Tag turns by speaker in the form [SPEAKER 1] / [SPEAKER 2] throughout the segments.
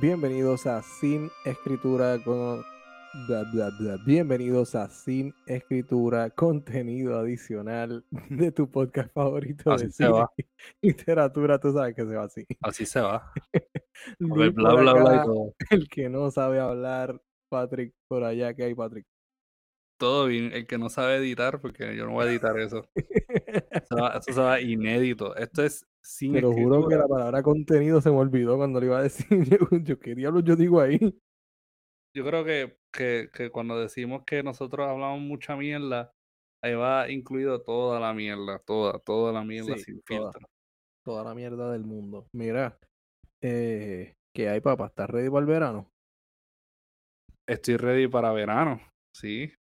[SPEAKER 1] Bienvenidos a Sin Escritura con bla, bla, bla. Bienvenidos a Sin Escritura, contenido adicional de tu podcast favorito
[SPEAKER 2] Así
[SPEAKER 1] de
[SPEAKER 2] se
[SPEAKER 1] cine
[SPEAKER 2] va.
[SPEAKER 1] y literatura, tú sabes que se va así.
[SPEAKER 2] Así se va. Con
[SPEAKER 1] Luis
[SPEAKER 2] el bla,
[SPEAKER 1] por
[SPEAKER 2] bla, bla y
[SPEAKER 1] acá,
[SPEAKER 2] todo.
[SPEAKER 1] el que no sabe hablar, Patrick por allá que hay Patrick.
[SPEAKER 2] Todo bien. El que no sabe editar, porque yo no voy a editar eso. Eso, va- eso se va inédito. Esto es sin
[SPEAKER 1] Te lo juro que
[SPEAKER 2] escritura.
[SPEAKER 1] la palabra contenido se me olvidó cuando le iba a decir. Yo, yo, ¿qué diablos yo digo ahí?
[SPEAKER 2] Yo creo que, que, que cuando decimos que nosotros hablamos mucha mierda, ahí va incluido toda la mierda, toda, toda la mierda
[SPEAKER 1] Sí,
[SPEAKER 2] sin
[SPEAKER 1] toda.
[SPEAKER 2] filtro.
[SPEAKER 1] Toda la mierda del mundo. Mira, eh, ¿qué hay, papá? ¿Estás ready para el verano?
[SPEAKER 2] Estoy ready para verano, ¿sí?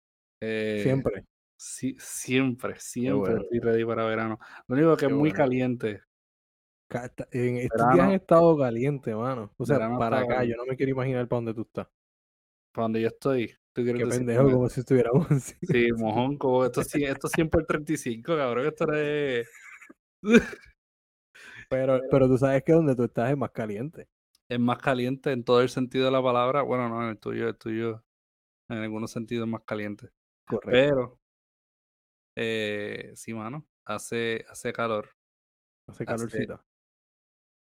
[SPEAKER 2] Eh,
[SPEAKER 1] Siempre.
[SPEAKER 2] sí, siempre, siempre
[SPEAKER 1] bueno.
[SPEAKER 2] estoy ready para verano. Lo único
[SPEAKER 1] Qué
[SPEAKER 2] que es muy
[SPEAKER 1] bueno.
[SPEAKER 2] caliente.
[SPEAKER 1] Ca- ta- En estos días han
[SPEAKER 2] Verano.
[SPEAKER 1] estado caliente, mano. O sea,
[SPEAKER 2] Verano
[SPEAKER 1] para
[SPEAKER 2] está
[SPEAKER 1] acá, yo no me quiero imaginar para dónde tú estás.
[SPEAKER 2] Para donde yo estoy, tú quieres
[SPEAKER 1] Qué
[SPEAKER 2] decir
[SPEAKER 1] pendejo,
[SPEAKER 2] con
[SPEAKER 1] como si estuviéramos así.
[SPEAKER 2] Sí, mojonco, esto sí, esto es 100 por 35, cabrón, esto es...
[SPEAKER 1] Pero, pero tú sabes que donde tú estás es más caliente.
[SPEAKER 2] es más caliente en todo el sentido de la palabra. Bueno, no, en el tuyo, el tuyo, en algunos sentidos es más caliente.
[SPEAKER 1] Correcto.
[SPEAKER 2] Pero, eh, sí, mano, hace, hace calor,
[SPEAKER 1] Hace
[SPEAKER 2] hace-
[SPEAKER 1] calorcita.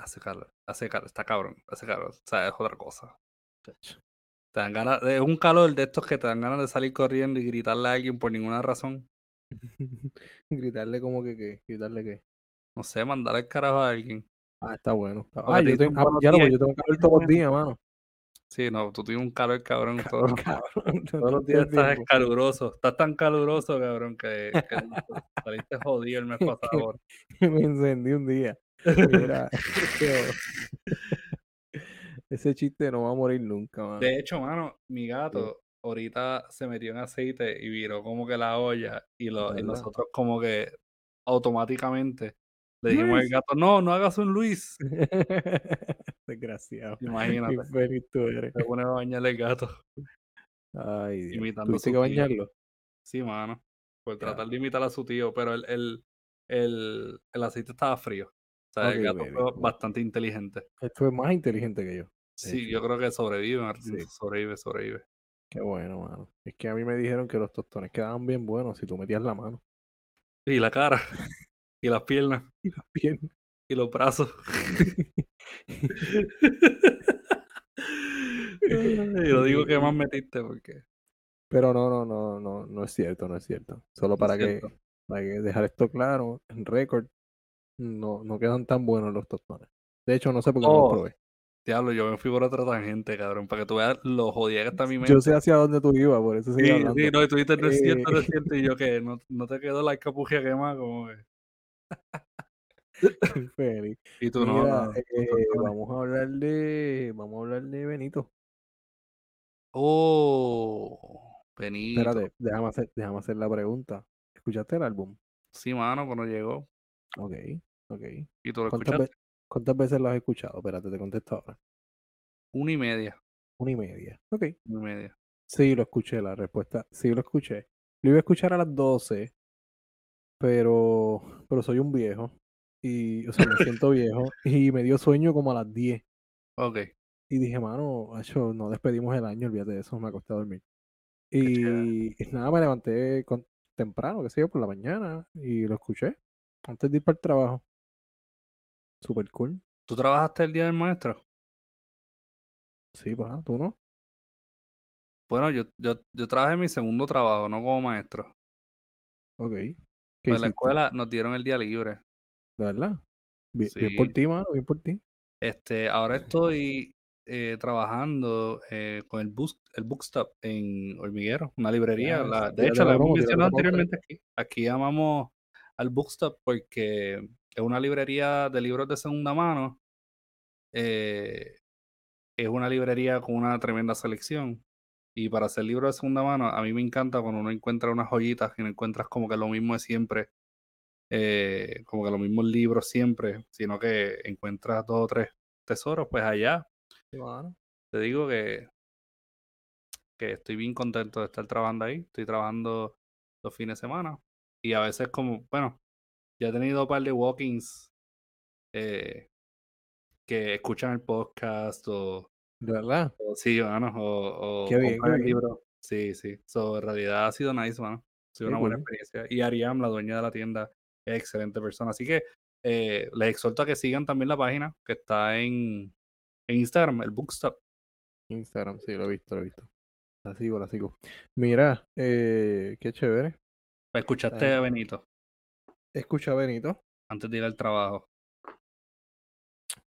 [SPEAKER 2] hace calor, hace calor, está cabrón, hace calor, o sea, es otra cosa. Te dan ganas, es un calor de estos que te dan ganas de salir corriendo y gritarle a alguien por ninguna razón.
[SPEAKER 1] Gritarle como que, que, gritarle que.
[SPEAKER 2] No sé, mandar al carajo a alguien.
[SPEAKER 1] Ah, está bueno. está-
[SPEAKER 2] Porque
[SPEAKER 1] Ah,
[SPEAKER 2] te
[SPEAKER 1] yo
[SPEAKER 2] dicen
[SPEAKER 1] tengo, ah,
[SPEAKER 2] buenos
[SPEAKER 1] ya lo,
[SPEAKER 2] días
[SPEAKER 1] yo tengo calor todos los días, mano.
[SPEAKER 2] Sí, no, tú tienes un calor cabrón todo.
[SPEAKER 1] Cabrón,
[SPEAKER 2] Todos los
[SPEAKER 1] todo
[SPEAKER 2] días
[SPEAKER 1] el
[SPEAKER 2] estás
[SPEAKER 1] tiempo.
[SPEAKER 2] caluroso. Estás tan caluroso, cabrón, que, que no sé, saliste jodido el mes
[SPEAKER 1] Que-
[SPEAKER 2] pasado. bro.
[SPEAKER 1] Me encendí un día. Mira, yo- ese chiste no va a morir nunca, mano.
[SPEAKER 2] De hecho, mano, mi gato ahorita se metió en aceite y viró como que la olla. Y, lo, y
[SPEAKER 1] ¿Verdad?
[SPEAKER 2] nosotros como que automáticamente le dijimos al
[SPEAKER 1] Luis.
[SPEAKER 2] gato, no, no hagas un Luis.
[SPEAKER 1] Desgraciado.
[SPEAKER 2] Imagínate.
[SPEAKER 1] Qué feliz tú eres.
[SPEAKER 2] Se pone a bañar el gato.
[SPEAKER 1] Ay, Dios.
[SPEAKER 2] Imitando
[SPEAKER 1] ¿Tuviste
[SPEAKER 2] su
[SPEAKER 1] que
[SPEAKER 2] tío.
[SPEAKER 1] bañarlo?
[SPEAKER 2] Sí, mano. Por
[SPEAKER 1] Ya.
[SPEAKER 2] tratar de imitar a su tío, pero el, el, el, el aceite estaba frío. O sea, el
[SPEAKER 1] Ok,
[SPEAKER 2] gato
[SPEAKER 1] baby.
[SPEAKER 2] fue bastante inteligente.
[SPEAKER 1] Él fue más inteligente que yo. de
[SPEAKER 2] Sí, yo creo que sobrevive, Martín.
[SPEAKER 1] Sí.
[SPEAKER 2] Sobrevive, sobrevive.
[SPEAKER 1] Qué bueno, mano. Es que a mí me dijeron que los tostones quedaban bien buenos si tú metías la mano.
[SPEAKER 2] Y la cara, y las piernas,
[SPEAKER 1] Bien.
[SPEAKER 2] y los brazos. y lo digo que más metiste porque.
[SPEAKER 1] Pero no, no, no, no, no es cierto, no es cierto. Solo
[SPEAKER 2] es
[SPEAKER 1] para que,
[SPEAKER 2] cierto.
[SPEAKER 1] para que dejar esto claro, en récord, no, no quedan tan buenos los tostones. De hecho, no sé por qué no
[SPEAKER 2] Oh,
[SPEAKER 1] los probé.
[SPEAKER 2] Diablo, yo me fui por otra tangente, cabrón, para que tú veas lo jodida que está mi mente.
[SPEAKER 1] Yo sé hacia dónde tú ibas, por eso seguí
[SPEAKER 2] sí,
[SPEAKER 1] hablando.
[SPEAKER 2] sí, no, y tú dices, no es cierto, no
[SPEAKER 1] Eh.
[SPEAKER 2] es cierto, y yo que no, no te quedó la capuja quemada, como que.
[SPEAKER 1] Feliz.
[SPEAKER 2] Y tú no,
[SPEAKER 1] Mira,
[SPEAKER 2] no,
[SPEAKER 1] eh,
[SPEAKER 2] los tostones.
[SPEAKER 1] vamos a hablar de, vamos a hablar de Benito.
[SPEAKER 2] Oh, Benito.
[SPEAKER 1] Espérate, déjame hacer, déjame hacer la pregunta. ¿Escuchaste el álbum?
[SPEAKER 2] Sí, mano, pero llegó.
[SPEAKER 1] Ok, ok.
[SPEAKER 2] Y tú lo
[SPEAKER 1] ¿Cuántas, ve-
[SPEAKER 2] escuchaste.
[SPEAKER 1] cuántas veces lo has escuchado? Espérate, te contesto ahora.
[SPEAKER 2] Una y media.
[SPEAKER 1] Una y media. Ok.
[SPEAKER 2] Una y media.
[SPEAKER 1] Sí, lo escuché, la respuesta. Sí, lo escuché. Lo iba a escuchar a las 12, pero, pero soy un viejo. Y, o sea, me siento viejo. Y me dio sueño como a las 10.
[SPEAKER 2] Ok.
[SPEAKER 1] Y dije, mano, acho, no despedimos el año, olvídate de eso, me acosté a dormir.
[SPEAKER 2] chévere.
[SPEAKER 1] Y nada, me levanté con, temprano, qué sé yo, por la mañana, y lo escuché antes de ir para el trabajo. Super cool.
[SPEAKER 2] ¿Tú trabajaste el día del maestro?
[SPEAKER 1] Sí, pa, tú no.
[SPEAKER 2] Bueno, yo, yo, yo trabajé mi segundo trabajo, no como maestro.
[SPEAKER 1] Ok. ¿Qué
[SPEAKER 2] Pues en la
[SPEAKER 1] hiciste?
[SPEAKER 2] escuela nos dieron el día libre.
[SPEAKER 1] ¿De verdad? Bien, bien por
[SPEAKER 2] Sí.
[SPEAKER 1] ti, mano, bien por ti.
[SPEAKER 2] Este, ahora estoy eh, trabajando eh, con el bus, el Bookstop en Hormiguero, una librería.
[SPEAKER 1] Ya,
[SPEAKER 2] la-
[SPEAKER 1] sí,
[SPEAKER 2] Ah, de
[SPEAKER 1] tírate
[SPEAKER 2] hecho,
[SPEAKER 1] la
[SPEAKER 2] la hemos
[SPEAKER 1] promo, tírate
[SPEAKER 2] mencionado
[SPEAKER 1] la promo,
[SPEAKER 2] anteriormente aquí. Aquí llamamos al Bookstop porque es una librería de libros de segunda mano. eh, es una librería con una tremenda selección. Y para hacer libros de segunda mano, a mí me encanta cuando uno encuentra unas joyitas y no encuentras como que lo mismo de siempre, eh, como que los mismos libros siempre, sino que encuentras dos o tres tesoros, pues allá
[SPEAKER 1] Sí, mano.
[SPEAKER 2] te digo que, que estoy bien contento de estar trabajando ahí. Estoy trabajando los fines de semana. Y a veces como, bueno, ya he tenido un par de walkings eh, que escuchan el podcast o
[SPEAKER 1] de ¿verdad?
[SPEAKER 2] O sí, mano. O, o
[SPEAKER 1] Qué bien, qué
[SPEAKER 2] comprar el
[SPEAKER 1] bien.
[SPEAKER 2] libro. Sí, sí. So, en realidad ha sido nice, mano. Ha sido
[SPEAKER 1] Qué
[SPEAKER 2] una buena
[SPEAKER 1] cool.
[SPEAKER 2] experiencia. Y Ariam, la dueña de la tienda, es excelente persona. Así que eh, les exhorto a que sigan también la página que está en, en Instagram, el Bookstop.
[SPEAKER 1] Instagram, sí, lo he visto, lo he visto. La sigo, la sigo. Mira, eh, qué chévere.
[SPEAKER 2] Me escuchaste,
[SPEAKER 1] Ahí.
[SPEAKER 2] Benito,
[SPEAKER 1] Escucha, Benito.
[SPEAKER 2] antes de ir al trabajo.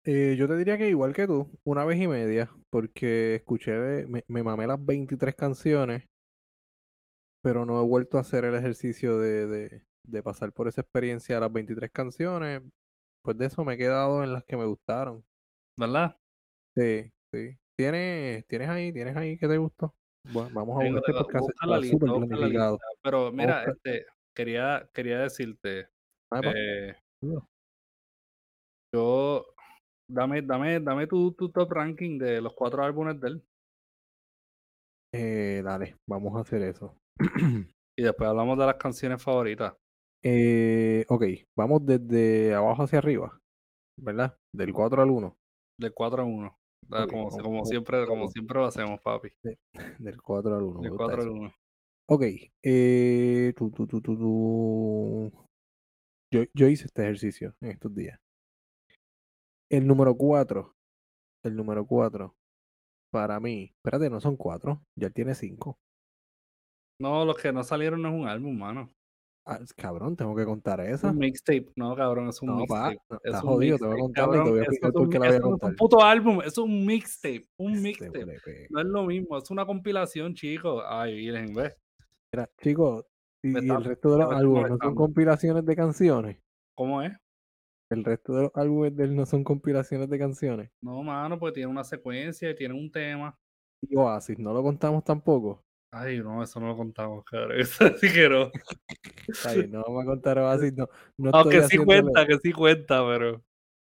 [SPEAKER 1] eh, yo te diría que igual que tú, una vez y media, porque escuché, de- me, me mamé las 23 canciones, pero no he vuelto a hacer el ejercicio de, de- de pasar por esa experiencia de las 23 canciones. Pues de eso me he quedado en las que me gustaron.
[SPEAKER 2] ¿Verdad?
[SPEAKER 1] Sí, sí. Tienes, tienes ahí, tienes ahí que te gustó. Bueno, vamos a
[SPEAKER 2] Tengo-
[SPEAKER 1] ver este podcast.
[SPEAKER 2] busca la
[SPEAKER 1] está
[SPEAKER 2] lista,
[SPEAKER 1] súper
[SPEAKER 2] busca la
[SPEAKER 1] planificado.
[SPEAKER 2] lista. Pero mira,
[SPEAKER 1] buscar.
[SPEAKER 2] este, quería, quería decirte.
[SPEAKER 1] Ah, pa-
[SPEAKER 2] eh,
[SPEAKER 1] seguro.
[SPEAKER 2] yo. Dame, dame, dame tu, tu top ranking de los cuatro álbumes de él.
[SPEAKER 1] eh, dale, vamos a hacer eso.
[SPEAKER 2] Y después hablamos de las canciones favoritas.
[SPEAKER 1] Eh, ok, vamos desde abajo hacia arriba, ¿verdad? Del 4 al 1.
[SPEAKER 2] Del 4 a 1. Da,
[SPEAKER 1] Ok,
[SPEAKER 2] como,
[SPEAKER 1] vamos-
[SPEAKER 2] como
[SPEAKER 1] vamos
[SPEAKER 2] siempre,
[SPEAKER 1] cuatro a
[SPEAKER 2] como
[SPEAKER 1] uno.
[SPEAKER 2] siempre lo hacemos, papi.
[SPEAKER 1] Del 4 al 1.
[SPEAKER 2] Del 4 al 1.
[SPEAKER 1] Ok, eh, tu, tu, tu, tu, tu. Yo, yo hice este ejercicio en estos días. El número 4. El número 4. Para mí, espérate, no son 4, ya tiene 5.
[SPEAKER 2] No, los que no salieron no es un álbum, mano.
[SPEAKER 1] Ah, cabrón, tengo que contar
[SPEAKER 2] Es
[SPEAKER 1] esa.
[SPEAKER 2] un mixtape. No, cabrón, es un
[SPEAKER 1] No, pa,
[SPEAKER 2] mixtape.
[SPEAKER 1] no,
[SPEAKER 2] Es
[SPEAKER 1] estás
[SPEAKER 2] un
[SPEAKER 1] jodido, te voy a
[SPEAKER 2] mixtape,
[SPEAKER 1] contarla y te voy a
[SPEAKER 2] cabrón,
[SPEAKER 1] explicar
[SPEAKER 2] eso es
[SPEAKER 1] por
[SPEAKER 2] un-
[SPEAKER 1] qué la voy a
[SPEAKER 2] eso no
[SPEAKER 1] contar.
[SPEAKER 2] Es un puto álbum, es un mixtape. Un
[SPEAKER 1] Este
[SPEAKER 2] mixtape.
[SPEAKER 1] huele pe-
[SPEAKER 2] No es lo mismo, es una compilación, chicos. Ay, virgen, ¿ves?
[SPEAKER 1] Mira, chicos, y,
[SPEAKER 2] Me
[SPEAKER 1] y el
[SPEAKER 2] están-
[SPEAKER 1] resto de los
[SPEAKER 2] me están
[SPEAKER 1] álbumes no son
[SPEAKER 2] molestando.
[SPEAKER 1] compilaciones de canciones.
[SPEAKER 2] ¿Cómo es?
[SPEAKER 1] El resto de los álbumes de él no son compilaciones de canciones.
[SPEAKER 2] No, mano, porque tiene una secuencia y tiene un tema.
[SPEAKER 1] Y Oasis, no lo contamos tampoco.
[SPEAKER 2] Ay, no, eso no lo contamos, cabrón. Eso sí que no.
[SPEAKER 1] Está bien, no vamos a contar Oasis. No, no estoy
[SPEAKER 2] Aunque sí
[SPEAKER 1] haciéndole-
[SPEAKER 2] cuenta, que sí cuenta, pero.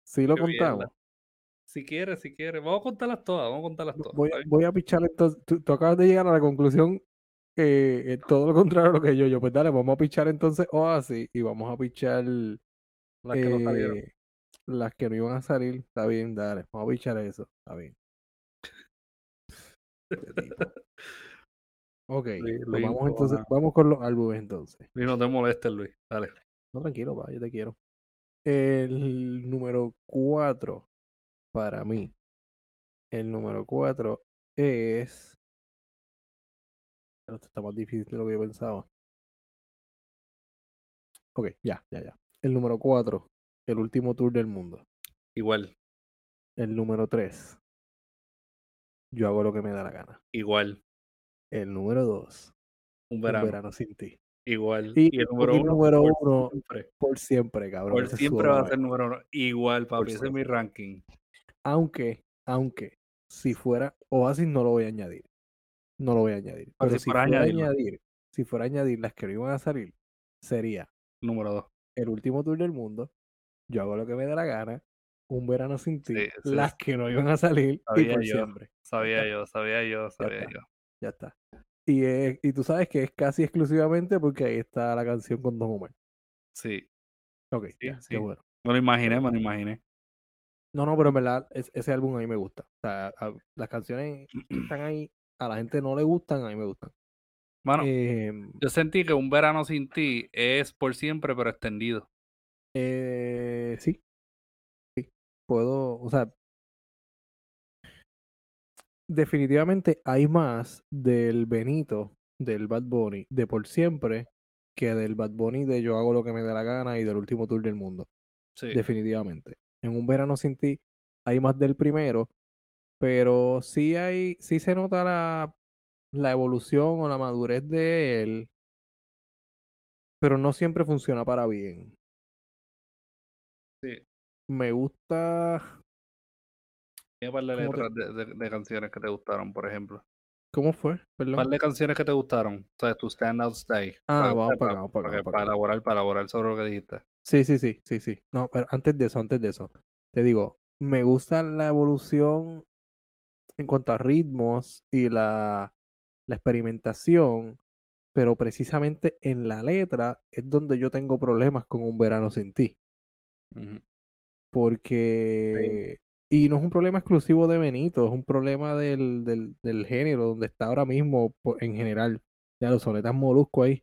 [SPEAKER 1] Sí lo
[SPEAKER 2] Qué mierda.
[SPEAKER 1] contamos.
[SPEAKER 2] Si quieres, si quieres. Vamos a contarlas todas, vamos a contarlas todas.
[SPEAKER 1] Voy,
[SPEAKER 2] ¿está bien?
[SPEAKER 1] voy a pichar entonces. Tú, tú acabas de llegar a la conclusión eh, eh, todo lo contrario a lo que yo. Yo, pues dale, vamos a pichar entonces Oasis y vamos a pichar
[SPEAKER 2] Las que no salieron.
[SPEAKER 1] eh, las que no iban a salir. Está bien, dale, vamos a pichar eso. Está bien. Este tipo. Ok,
[SPEAKER 2] Luis-
[SPEAKER 1] pues
[SPEAKER 2] Luis no
[SPEAKER 1] vamos
[SPEAKER 2] va
[SPEAKER 1] entonces,
[SPEAKER 2] nada.
[SPEAKER 1] vamos con los álbumes entonces.
[SPEAKER 2] Luis, no te molestes, Luis. Dale.
[SPEAKER 1] No, tranquilo, va, yo te quiero. El número 4 para mí. El número 4 es. Pero esto está más difícil de lo que yo pensaba. Ok, ya, ya, ya. El número 4, el último tour del mundo.
[SPEAKER 2] Igual,
[SPEAKER 1] El número 3, yo hago lo que me da la gana.
[SPEAKER 2] igual.
[SPEAKER 1] El número 2,
[SPEAKER 2] Un
[SPEAKER 1] un
[SPEAKER 2] verano.
[SPEAKER 1] verano sin ti.
[SPEAKER 2] Igual.
[SPEAKER 1] Y
[SPEAKER 2] el número
[SPEAKER 1] el
[SPEAKER 2] uno.
[SPEAKER 1] número
[SPEAKER 2] por
[SPEAKER 1] uno,
[SPEAKER 2] siempre.
[SPEAKER 1] Por siempre, cabrón.
[SPEAKER 2] Por
[SPEAKER 1] ese es su
[SPEAKER 2] siempre va a
[SPEAKER 1] honor.
[SPEAKER 2] ser número uno. Igual, papi. Ese es
[SPEAKER 1] siempre.
[SPEAKER 2] mi ranking.
[SPEAKER 1] Aunque, aunque, si fuera Oasis no lo voy a añadir. No lo voy a añadir.
[SPEAKER 2] Ah,
[SPEAKER 1] Pero
[SPEAKER 2] si
[SPEAKER 1] si
[SPEAKER 2] fuera
[SPEAKER 1] fuera
[SPEAKER 2] a añadirlo.
[SPEAKER 1] añadir, si fuera a añadir las que no iban a salir, sería
[SPEAKER 2] Número dos.
[SPEAKER 1] el último tour del mundo, yo hago lo que me dé la gana, un verano sin ti,
[SPEAKER 2] Sí, sí.
[SPEAKER 1] las que no iban a salir y
[SPEAKER 2] Sabía
[SPEAKER 1] por
[SPEAKER 2] yo.
[SPEAKER 1] siempre.
[SPEAKER 2] Sabía
[SPEAKER 1] está.
[SPEAKER 2] yo, sabía yo, sabía
[SPEAKER 1] está.
[SPEAKER 2] yo.
[SPEAKER 1] Ya está. Y, es- y tú sabes que es casi exclusivamente porque ahí está la canción con Don Omar.
[SPEAKER 2] Sí.
[SPEAKER 1] Ok,
[SPEAKER 2] Sí,
[SPEAKER 1] ya,
[SPEAKER 2] sí.
[SPEAKER 1] qué bueno.
[SPEAKER 2] Me lo imaginé, me lo imaginé.
[SPEAKER 1] No, no, pero en verdad es- ese álbum a mí me gusta. O sea, a- las canciones que están ahí, a la gente no le gustan, a mí me gustan.
[SPEAKER 2] Mano,
[SPEAKER 1] Em,
[SPEAKER 2] yo sentí que un verano sin ti es por siempre, pero extendido.
[SPEAKER 1] eh, sí. Sí. Puedo, o sea, definitivamente hay más del Benito, del Bad Bunny, de por siempre, que del Bad Bunny de Yo hago lo que me dé la gana y del último tour del mundo.
[SPEAKER 2] Sí.
[SPEAKER 1] definitivamente. En un verano sin ti hay más del primero, pero sí hay, sí se nota la, la evolución o la madurez de él, pero no siempre funciona para bien.
[SPEAKER 2] Sí.
[SPEAKER 1] Me gusta,
[SPEAKER 2] Tiene par de
[SPEAKER 1] ¿Cómo te-
[SPEAKER 2] letras de- de- de canciones que te gustaron, por ejemplo.
[SPEAKER 1] ¿cómo fue?
[SPEAKER 2] Un par
[SPEAKER 1] Perdón.
[SPEAKER 2] de canciones que te gustaron, ¿sabes? Tus standouts de ahí.
[SPEAKER 1] Ah,
[SPEAKER 2] para-
[SPEAKER 1] vamos
[SPEAKER 2] para-
[SPEAKER 1] para acá, vamos para
[SPEAKER 2] para
[SPEAKER 1] acá,
[SPEAKER 2] que-
[SPEAKER 1] vamos
[SPEAKER 2] para
[SPEAKER 1] para acá.
[SPEAKER 2] elaborar, para elaborar sobre lo que dijiste.
[SPEAKER 1] Sí, sí, sí, sí, sí. No, pero antes de eso, antes de eso, te digo, me gusta la evolución en cuanto a ritmos y la, la experimentación, pero precisamente en la letra es donde yo tengo problemas con un verano sin ti,
[SPEAKER 2] Ujú.
[SPEAKER 1] porque Y no es un problema exclusivo de Benito, es un problema del, del, del género, donde está ahora mismo por- en general. Ya los soletas molusco ahí.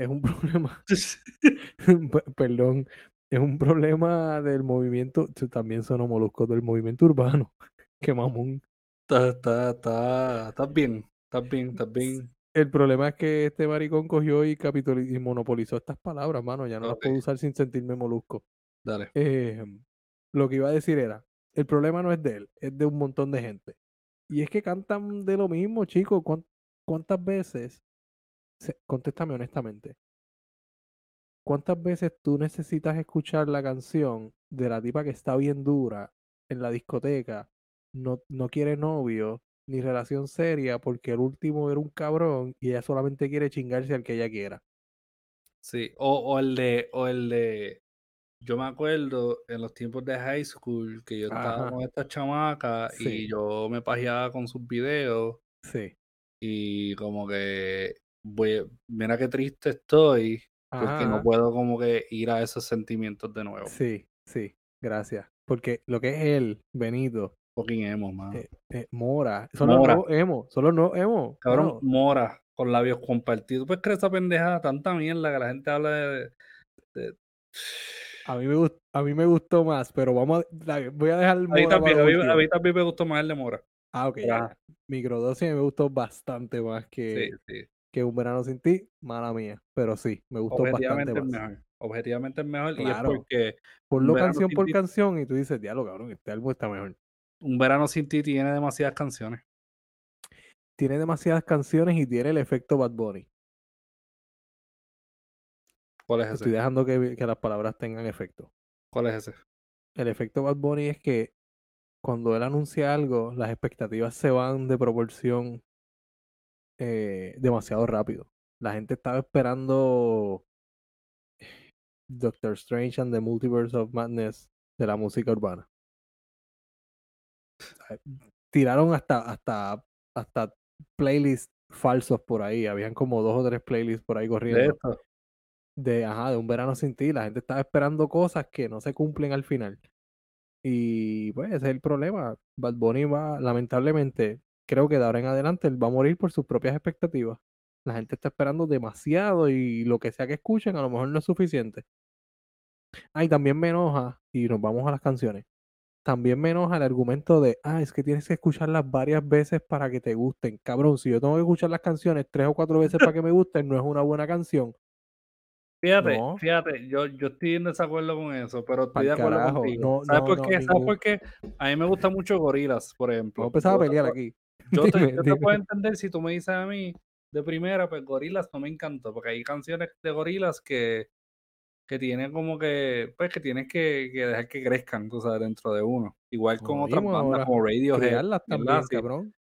[SPEAKER 1] Es un problema, pe- perdón, es un problema del movimiento, t- también son moluscos del movimiento urbano. Qué mamón.
[SPEAKER 2] Está, está, está, estás bien, estás bien, estás bien.
[SPEAKER 1] El problema es que este maricón cogió y, capituli- y monopolizó estas palabras, mano. Ya no las
[SPEAKER 2] Ok.
[SPEAKER 1] puedo usar sin sentirme molusco.
[SPEAKER 2] Dale.
[SPEAKER 1] Eh, lo que iba a decir era, el problema no es de él, es de un montón de gente. Y es que cantan de lo mismo, chicos. ¿Cuán- ¿Cuántas veces, se- contéstame honestamente, cuántas veces tú necesitas escuchar la canción de la tipa que está bien dura en la discoteca, no, no quiere novio ni relación seria porque el último era un cabrón y ella solamente quiere chingarse al que ella quiera?
[SPEAKER 2] Sí, o, o el de, o el de, yo me acuerdo en los tiempos de high school que yo estaba
[SPEAKER 1] Ajá.
[SPEAKER 2] con esta chamaca
[SPEAKER 1] Sí.
[SPEAKER 2] y yo me pajeaba con sus videos
[SPEAKER 1] Sí.
[SPEAKER 2] y como que, voy, mira qué triste estoy porque
[SPEAKER 1] Ajá.
[SPEAKER 2] no puedo como que ir a esos sentimientos de nuevo.
[SPEAKER 1] Sí, sí, gracias. Porque lo que es él, Benito,
[SPEAKER 2] Fucking emo, man.
[SPEAKER 1] eh, eh, Mora, son los
[SPEAKER 2] Ah. Mora.
[SPEAKER 1] nuevos emo, son los nuevos emo.
[SPEAKER 2] Cabrón, mm.
[SPEAKER 1] mano.
[SPEAKER 2] mora con labios compartidos. Pues creer esa pendejada, tanta mierda que la gente habla de. de-
[SPEAKER 1] a, mí me gust- a mí me gustó más, pero vamos a, la- voy a dejar el
[SPEAKER 2] A mí
[SPEAKER 1] Mora para
[SPEAKER 2] también,
[SPEAKER 1] lo
[SPEAKER 2] a mí- a
[SPEAKER 1] último.
[SPEAKER 2] mí también me gustó más el de Mora.
[SPEAKER 1] Ah, ok,
[SPEAKER 2] Ajá.
[SPEAKER 1] ya. Microdosis me gustó bastante más
[SPEAKER 2] Sí,
[SPEAKER 1] que,
[SPEAKER 2] sí.
[SPEAKER 1] que Un Verano Sin Ti, mala mía, pero sí, me gustó bastante
[SPEAKER 2] Objetivamente es
[SPEAKER 1] más.
[SPEAKER 2] mejor. Objetivamente es mejor.
[SPEAKER 1] Claro.
[SPEAKER 2] Y es porque
[SPEAKER 1] Ponlo
[SPEAKER 2] Verano
[SPEAKER 1] canción
[SPEAKER 2] Sin
[SPEAKER 1] por
[SPEAKER 2] Ti-
[SPEAKER 1] canción y tú dices, diablo, cabrón, este álbum está mejor.
[SPEAKER 2] Un verano sin ti tiene demasiadas canciones.
[SPEAKER 1] Tiene demasiadas canciones y tiene el efecto Bad Bunny.
[SPEAKER 2] ¿Cuál es
[SPEAKER 1] Estoy
[SPEAKER 2] ese?
[SPEAKER 1] dejando que- que las palabras tengan efecto.
[SPEAKER 2] ¿Cuál es ese?
[SPEAKER 1] el efecto Bad Bunny es que cuando él anuncia algo, las expectativas se van de proporción eh, demasiado rápido. La gente estaba esperando Doctor Strange and the Multiverse of Madness de la música urbana. Ay, Tiraron hasta, hasta, hasta playlists falsos por ahí. Habían como dos o tres playlists por ahí
[SPEAKER 2] De
[SPEAKER 1] corriendo
[SPEAKER 2] esto.
[SPEAKER 1] de, ajá, de un verano sin ti. La gente estaba esperando cosas que no se cumplen al final. Y pues ese es el problema. Bad Bunny va, lamentablemente, creo que de ahora en adelante él va a morir por sus propias expectativas. La gente está esperando demasiado y lo que sea que escuchen a lo mejor no es suficiente. Ah, y también me enoja, y nos vamos a las canciones. También me enoja el argumento de, ah, es que tienes que escucharlas varias veces para que te gusten. Cabrón, si yo tengo que escuchar las canciones tres o cuatro veces para que me gusten, no es una buena canción.
[SPEAKER 2] Fíjate,
[SPEAKER 1] No.
[SPEAKER 2] fíjate, yo, yo estoy en desacuerdo con eso, pero estoy
[SPEAKER 1] Pa'l
[SPEAKER 2] de acuerdo
[SPEAKER 1] carajo,
[SPEAKER 2] contigo.
[SPEAKER 1] no,
[SPEAKER 2] ¿Sabes
[SPEAKER 1] no,
[SPEAKER 2] por
[SPEAKER 1] no,
[SPEAKER 2] qué? ¿Sabes
[SPEAKER 1] ningún-
[SPEAKER 2] por qué? A mí me gusta mucho Gorilas, por ejemplo.
[SPEAKER 1] Vamos a empezar a
[SPEAKER 2] Yo te
[SPEAKER 1] pelear
[SPEAKER 2] puedo-
[SPEAKER 1] aquí.
[SPEAKER 2] Yo te,
[SPEAKER 1] Dime,
[SPEAKER 2] yo te
[SPEAKER 1] dime.
[SPEAKER 2] puedo entender si tú me dices a mí de primera, pues Gorilas no me encantó, porque hay canciones de Gorilas que, que tienen como que, pues que tienes que, que dejar que crezcan, tú sabes, dentro de uno. Igual
[SPEAKER 1] Como
[SPEAKER 2] con otras
[SPEAKER 1] vimos
[SPEAKER 2] bandas
[SPEAKER 1] ahora,
[SPEAKER 2] como Radiohead,
[SPEAKER 1] Crearlas
[SPEAKER 2] ¿verdad?
[SPEAKER 1] también,
[SPEAKER 2] Sí.
[SPEAKER 1] cabrón.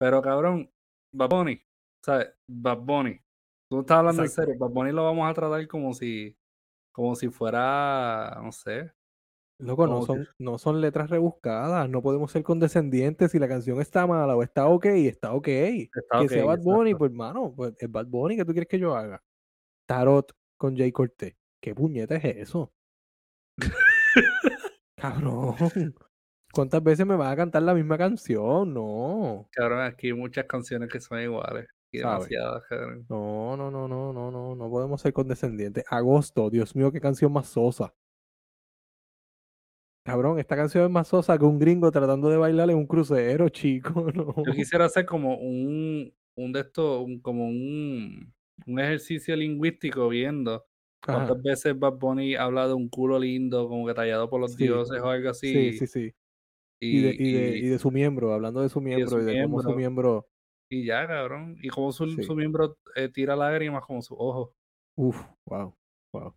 [SPEAKER 2] Pero cabrón, Bad Bunny, ¿sabes? Bad Bunny. Tú estás hablando
[SPEAKER 1] Exacto.
[SPEAKER 2] en serio, Bad Bunny lo vamos a tratar como si, como si fuera, no sé,
[SPEAKER 1] Loco, no
[SPEAKER 2] Como que-
[SPEAKER 1] son, no son letras rebuscadas. No podemos ser condescendientes si la canción está mala o está ok, está ok. que
[SPEAKER 2] está ok,
[SPEAKER 1] sea Bad Bunny,
[SPEAKER 2] exacto.
[SPEAKER 1] pues hermano, pues es Bad Bunny que tú quieres que yo haga. Tarot con Jay Cortés. ¿Qué puñeta es eso? Cabrón. ¿Cuántas veces me vas a cantar la misma canción? No.
[SPEAKER 2] Cabrón, aquí hay muchas canciones que son iguales y
[SPEAKER 1] ¿Sabes?
[SPEAKER 2] demasiadas, cabrón.
[SPEAKER 1] No, no, no, no, no, no. No podemos ser condescendientes. Agosto, Dios mío, qué canción más sosa. Cabrón, esta canción es más sosa que un gringo tratando de bailar en un crucero, chico. No.
[SPEAKER 2] Yo quisiera hacer como un, un de estos, un- como un, un ejercicio lingüístico viendo
[SPEAKER 1] Ajá,
[SPEAKER 2] cuántas veces Bad Bunny habla de un culo lindo, como que tallado por los
[SPEAKER 1] Sí,
[SPEAKER 2] dioses o algo así.
[SPEAKER 1] Sí, sí, sí.
[SPEAKER 2] Y,
[SPEAKER 1] Y de, y, de,
[SPEAKER 2] y-
[SPEAKER 1] y de su miembro, hablando de su miembro
[SPEAKER 2] su
[SPEAKER 1] y de cómo su
[SPEAKER 2] miembro.
[SPEAKER 1] miembro.
[SPEAKER 2] y ya, cabrón. Y como su,
[SPEAKER 1] Sí.
[SPEAKER 2] su miembro eh, tira lágrimas como sus ojos.
[SPEAKER 1] Uf, wow, wow.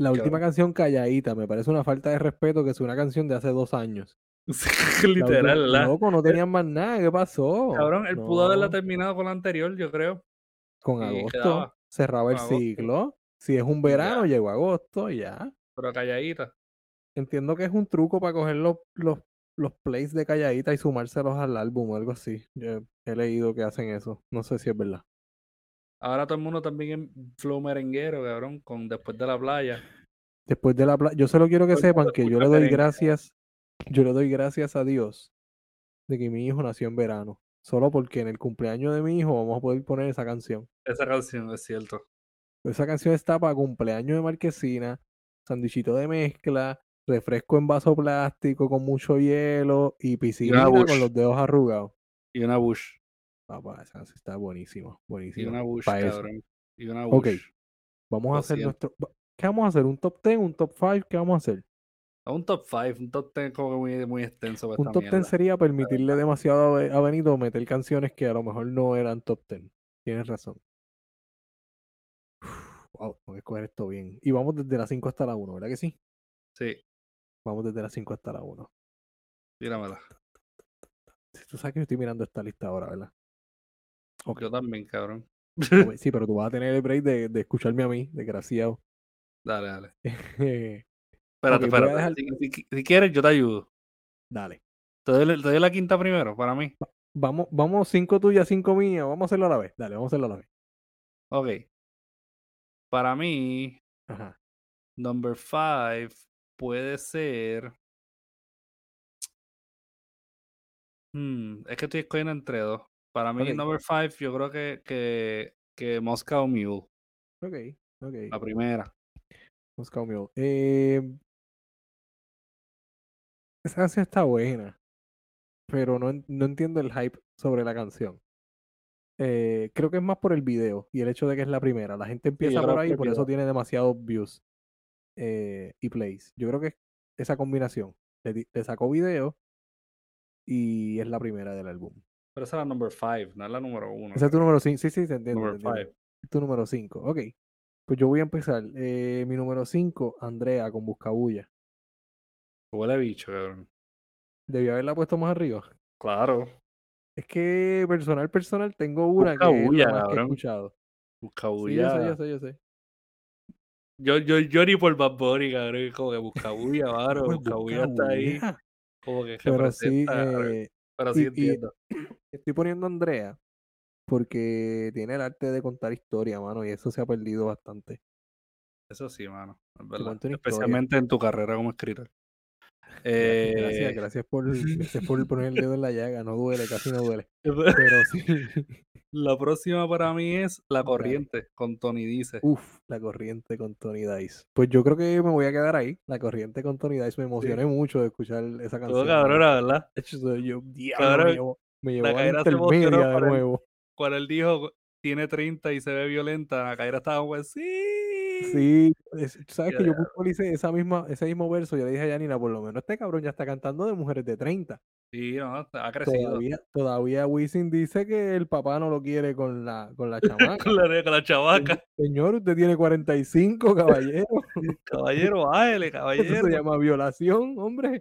[SPEAKER 1] La
[SPEAKER 2] Cabrón.
[SPEAKER 1] última canción, Calladita, me parece una falta de respeto que es una canción de hace dos años. La última-
[SPEAKER 2] Literal, ¿verdad? Eh,
[SPEAKER 1] Loco, no tenían más nada, ¿qué pasó?
[SPEAKER 2] Cabrón, él pudo haberla
[SPEAKER 1] No.
[SPEAKER 2] terminado con la anterior, yo creo.
[SPEAKER 1] con
[SPEAKER 2] y
[SPEAKER 1] agosto,
[SPEAKER 2] quedaba
[SPEAKER 1] cerraba el
[SPEAKER 2] con agosto.
[SPEAKER 1] ciclo. Si es un
[SPEAKER 2] ya.
[SPEAKER 1] verano, llegó agosto, ya.
[SPEAKER 2] Pero calladita.
[SPEAKER 1] Entiendo que es un truco para coger los, los, los plays de calladita y sumárselos al álbum o algo así. Yo he leído que hacen eso. No sé si es verdad.
[SPEAKER 2] Ahora todo el mundo también es flow merenguero, cabrón, con después de la playa.
[SPEAKER 1] Después de la pla- yo solo quiero que
[SPEAKER 2] Todo el mundo
[SPEAKER 1] sepan que yo
[SPEAKER 2] escucha
[SPEAKER 1] le doy
[SPEAKER 2] merengue.
[SPEAKER 1] gracias Yo le doy gracias a Dios de que mi hijo nació en verano. Solo porque en el cumpleaños de mi hijo vamos a poder poner esa canción.
[SPEAKER 2] Esa canción es cierto.
[SPEAKER 1] Esa canción está para cumpleaños de marquesina, sanduichito de mezcla, refresco en vaso plástico con mucho hielo y piscina
[SPEAKER 2] Bush.
[SPEAKER 1] con los dedos arrugados.
[SPEAKER 2] Y una Bush.
[SPEAKER 1] Papá, esa canción está buenísima,
[SPEAKER 2] Y
[SPEAKER 1] buenísima.
[SPEAKER 2] una Bush,
[SPEAKER 1] pa' eso.
[SPEAKER 2] cabrón. Y una Bush.
[SPEAKER 1] Ok. Vamos
[SPEAKER 2] lo
[SPEAKER 1] a hacer
[SPEAKER 2] siento.
[SPEAKER 1] nuestro... va- ¿Qué vamos a hacer? ¿Un top 10? ¿Un top 5? ¿Qué vamos a hacer?
[SPEAKER 2] A Un top 5, un top 10 como que muy, muy extenso para
[SPEAKER 1] Un
[SPEAKER 2] Pues esta
[SPEAKER 1] top 10
[SPEAKER 2] mierda.
[SPEAKER 1] sería permitirle demasiado a Be- a Benito meter canciones que a lo mejor no eran top 10. Tienes razón. Uf, Wow, tengo que escoger esto bien. Y vamos desde la 5 hasta la 1, ¿verdad que sí?
[SPEAKER 2] Sí,
[SPEAKER 1] Vamos desde la 5 hasta la 1.
[SPEAKER 2] tíramela.
[SPEAKER 1] Si tú sabes que yo estoy mirando esta lista ahora, ¿verdad? Ok.
[SPEAKER 2] Yo también, cabrón.
[SPEAKER 1] Ok, Sí, pero tú vas a tener el break de, de escucharme a mí, desgraciado.
[SPEAKER 2] Dale, dale.
[SPEAKER 1] Eh,
[SPEAKER 2] Espérate,
[SPEAKER 1] voy a
[SPEAKER 2] espérate.
[SPEAKER 1] dejar-
[SPEAKER 2] Si, si- si quieres, yo te ayudo.
[SPEAKER 1] Dale.
[SPEAKER 2] Te doy, la- te doy la quinta primero, para mí.
[SPEAKER 1] Vamos, vamos, 5 tuyas, 5 mías. Vamos a hacerlo a la vez. Dale, vamos a hacerlo a la vez.
[SPEAKER 2] Ok. Para mí,
[SPEAKER 1] Ajá.
[SPEAKER 2] number 5 puede ser. Hmm, es que estoy escogiendo entre dos. Para mí,
[SPEAKER 1] Ok.
[SPEAKER 2] number 5, yo creo que, que, que Moscow Mule,
[SPEAKER 1] Ok, ok.
[SPEAKER 2] la primera.
[SPEAKER 1] Moscow Mule. Eh, esa canción está buena, pero no, en- no entiendo el hype sobre la canción. Eh, creo que es más por el video y el hecho de que es la primera. La gente empieza
[SPEAKER 2] creo
[SPEAKER 1] por
[SPEAKER 2] que
[SPEAKER 1] ahí
[SPEAKER 2] el
[SPEAKER 1] por eso
[SPEAKER 2] video.
[SPEAKER 1] tiene demasiados views eh, y plays. Yo creo que es esa combinación. Le, di- le sacó video y es la primera del álbum.
[SPEAKER 2] Pero esa es la number 5, no es la número 1.
[SPEAKER 1] Ese es tu número 5. Sí, sí, te entiendo. te
[SPEAKER 2] Number
[SPEAKER 1] entiendo.
[SPEAKER 2] 5.
[SPEAKER 1] Tu número 5. Ok. Pues yo voy a empezar. Eh, mi número 5, Andrea con Buscabulla.
[SPEAKER 2] Huele a bicho, cabrón.
[SPEAKER 1] Debí haberla puesto más arriba.
[SPEAKER 2] Claro.
[SPEAKER 1] Es que personal, personal, tengo una que es
[SPEAKER 2] Buscabulla,
[SPEAKER 1] la más que he
[SPEAKER 2] cabrón.
[SPEAKER 1] escuchado. Sí, yo
[SPEAKER 2] Buscabulla.
[SPEAKER 1] sé, yo sé, yo sé.
[SPEAKER 2] yo, yo, yo ni por Bad Bunny, cabrón. Como que Buscabulla, mano.
[SPEAKER 1] Pues
[SPEAKER 2] Buscabulla está ahí.
[SPEAKER 1] Buscabulla.
[SPEAKER 2] Como que
[SPEAKER 1] Pero sí,
[SPEAKER 2] representa, cabrón.
[SPEAKER 1] eh,
[SPEAKER 2] Pero
[SPEAKER 1] y-
[SPEAKER 2] sí
[SPEAKER 1] y-
[SPEAKER 2] entiendo.
[SPEAKER 1] estoy poniendo a Andrea porque tiene el arte de contar historia, mano, y eso se ha perdido bastante.
[SPEAKER 2] Eso sí, mano. es verdad.
[SPEAKER 1] cuento una historia.
[SPEAKER 2] Especialmente en tu carrera como escritor.
[SPEAKER 1] Gra-
[SPEAKER 2] Eh,
[SPEAKER 1] Gracias, gracias por, gracias por poner el dedo en la llaga. No duele, casi no duele.
[SPEAKER 2] Pero
[SPEAKER 1] Pero sí,
[SPEAKER 2] La próxima para mí es La Corriente con Tony Dice.
[SPEAKER 1] uff, la corriente con Tony Dice. Pues yo creo que me voy a quedar ahí. La corriente con Tony Dice. Me emocioné mucho de escuchar esa canción.
[SPEAKER 2] Todo
[SPEAKER 1] mano.
[SPEAKER 2] cabrona, ¿verdad?
[SPEAKER 1] De hecho, soy yo, diablo, me
[SPEAKER 2] Cabrón,
[SPEAKER 1] llevó, me
[SPEAKER 2] la
[SPEAKER 1] llevó a la
[SPEAKER 2] cadera se emocionó
[SPEAKER 1] intermedia de
[SPEAKER 2] por el-
[SPEAKER 1] nuevo.
[SPEAKER 2] Cuando él dijo tiene 30 y se ve violenta, Kaira estaba como sí.
[SPEAKER 1] Sí, es- tú sabes
[SPEAKER 2] Ya,
[SPEAKER 1] que yo populicé esa misma, ese mismo verso. Yo le dije a Yanina, por lo menos este cabrón ya está cantando de mujeres de 30.
[SPEAKER 2] Pues Sí, no, ha crecido.
[SPEAKER 1] Todavía, todavía Wisin dice que el papá no lo quiere con la, con la chamaca.
[SPEAKER 2] Con la, con la chavaca.
[SPEAKER 1] Señor, usted tiene 45, caballero.
[SPEAKER 2] caballero, bájele,
[SPEAKER 1] Eso
[SPEAKER 2] caballero.
[SPEAKER 1] se llama violación, hombre.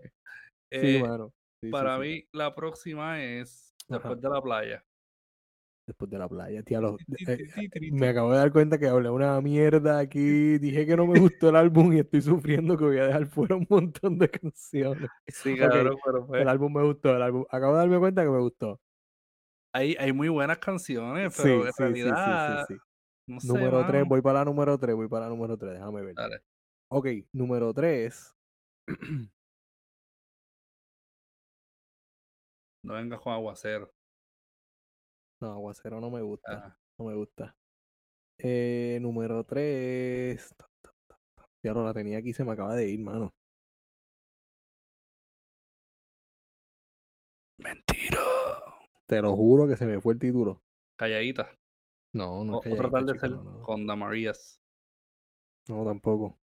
[SPEAKER 1] Sí,
[SPEAKER 2] Eh,
[SPEAKER 1] mano. Sí, sí,
[SPEAKER 2] para
[SPEAKER 1] sí.
[SPEAKER 2] mí, la próxima es
[SPEAKER 1] Ajá.
[SPEAKER 2] Después de la playa.
[SPEAKER 1] Después de la playa, tía, los-
[SPEAKER 2] Ti,
[SPEAKER 1] eh,
[SPEAKER 2] ti, ti, ti, ti.
[SPEAKER 1] Me acabo de dar cuenta que hablé una mierda aquí. Dije que no me gustó el álbum y estoy sufriendo que voy a dejar fuera un montón de canciones.
[SPEAKER 2] Sí,
[SPEAKER 1] ok.
[SPEAKER 2] cabrón, pero pues,
[SPEAKER 1] El álbum me gustó, el álbum. Acabo de darme cuenta que me gustó.
[SPEAKER 2] hay, hay muy buenas canciones,
[SPEAKER 1] Sí,
[SPEAKER 2] pero en
[SPEAKER 1] sí, sí, sí, sí,
[SPEAKER 2] realidad.
[SPEAKER 1] sí.
[SPEAKER 2] no sé,
[SPEAKER 1] Número 3,
[SPEAKER 2] mano.
[SPEAKER 1] voy para la número 3, voy para la número 3, déjame ver.
[SPEAKER 2] Dale.
[SPEAKER 1] Ok, número 3.
[SPEAKER 2] No vengas con aguacero.
[SPEAKER 1] No, Aguacero no me gusta,
[SPEAKER 2] Ah,
[SPEAKER 1] no me gusta. Eh, número 3. Ya no la tenía aquí, se me acaba de ir, mano.
[SPEAKER 2] Mentira.
[SPEAKER 1] Te lo juro que se me fue el título.
[SPEAKER 2] Calladita.
[SPEAKER 1] No, no
[SPEAKER 2] O-
[SPEAKER 1] es que haya
[SPEAKER 2] otra
[SPEAKER 1] ido,
[SPEAKER 2] tarde
[SPEAKER 1] chico,
[SPEAKER 2] ser
[SPEAKER 1] no, no, no.
[SPEAKER 2] con Damarías.
[SPEAKER 1] No, tampoco.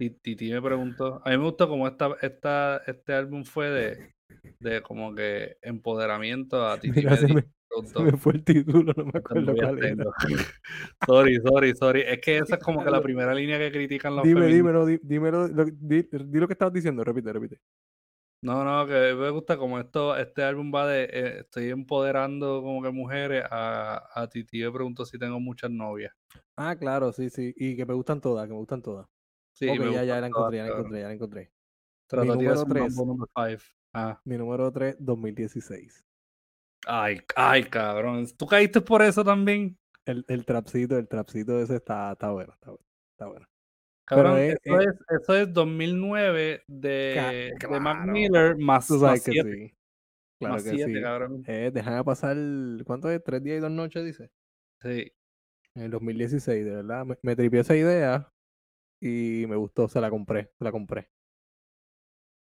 [SPEAKER 2] Ti- Titi me preguntó. A mí me gustó cómo esta, esta, este álbum fue de, de como que empoderamiento a Titi.
[SPEAKER 1] Mira,
[SPEAKER 2] me
[SPEAKER 1] se
[SPEAKER 2] di-
[SPEAKER 1] me-
[SPEAKER 2] preguntó.
[SPEAKER 1] Se me fue el título, no me
[SPEAKER 2] Yo
[SPEAKER 1] acuerdo
[SPEAKER 2] también
[SPEAKER 1] cuál era.
[SPEAKER 2] tengo. sorry, sorry, sorry. Es que esa es como que la
[SPEAKER 1] Claro.
[SPEAKER 2] primera línea que critican los
[SPEAKER 1] Dime,
[SPEAKER 2] feministas.
[SPEAKER 1] dímelo, di- dímelo, lo, di, di lo que estabas diciendo, repite, repite.
[SPEAKER 2] No, no, que me gusta como esto, este álbum va de eh, estoy empoderando como que mujeres a, a Titi. Me preguntó si tengo muchas novias.
[SPEAKER 1] Ah, claro, sí, sí, y que me gustan todas, que me gustan todas.
[SPEAKER 2] Sí,
[SPEAKER 1] ok,
[SPEAKER 2] me
[SPEAKER 1] ya, ya
[SPEAKER 2] gustan
[SPEAKER 1] la
[SPEAKER 2] todas,
[SPEAKER 1] encontré, ya la
[SPEAKER 2] cabrón.
[SPEAKER 1] encontré, ya la encontré. número
[SPEAKER 2] Tratativa es un
[SPEAKER 1] tres.
[SPEAKER 2] number number five. Ah.
[SPEAKER 1] Mi número 3, 2016.
[SPEAKER 2] Ay, ay, cabrón. ¿Tú caíste por eso también?
[SPEAKER 1] El, el trapcito, el trapcito ese está, está bueno, está bueno, está bueno.
[SPEAKER 2] Cabrón,
[SPEAKER 1] es-
[SPEAKER 2] eso,
[SPEAKER 1] es-
[SPEAKER 2] es, eso es 2009 de,
[SPEAKER 1] Ca-
[SPEAKER 2] de Mac
[SPEAKER 1] claro.
[SPEAKER 2] Miller más
[SPEAKER 1] Tú sabes que
[SPEAKER 2] 7,
[SPEAKER 1] sí. Claro que sí.
[SPEAKER 2] cabrón.
[SPEAKER 1] Eh, déjame pasar, ¿cuánto es? Tres días y dos noches, dice.
[SPEAKER 2] Sí.
[SPEAKER 1] En el 2016, de verdad. Me, me tripié esa idea y me gustó, se la compré, se la compré.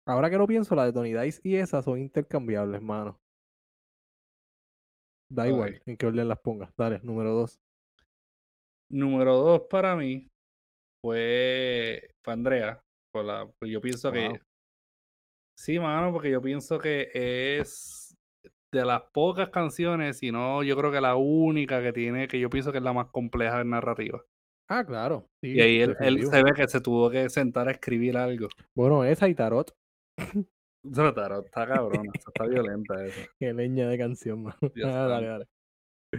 [SPEAKER 1] Ahora que lo pienso, la de Tony Dice y esa son intercambiables, mano. Da igual
[SPEAKER 2] Ok.
[SPEAKER 1] en qué orden las pongas. Dale, número dos.
[SPEAKER 2] Número 2 para mí fue, fue Andrea. Por la, pues yo pienso
[SPEAKER 1] Wow.
[SPEAKER 2] que. Sí, mano, porque yo pienso que es de las pocas canciones, si no, yo creo que la única que tiene, que yo pienso que es la más compleja en narrativa.
[SPEAKER 1] Ah, claro. sí,
[SPEAKER 2] Y ahí él, él
[SPEAKER 1] definitivo.
[SPEAKER 2] se ve que se tuvo que sentar a escribir algo.
[SPEAKER 1] Bueno, esa y Tarot.
[SPEAKER 2] Eso está, está cabrona, eso está violenta eso.
[SPEAKER 1] Qué leña de canción, mano.
[SPEAKER 2] Dios
[SPEAKER 1] Ah, dale,
[SPEAKER 2] santo.
[SPEAKER 1] dale.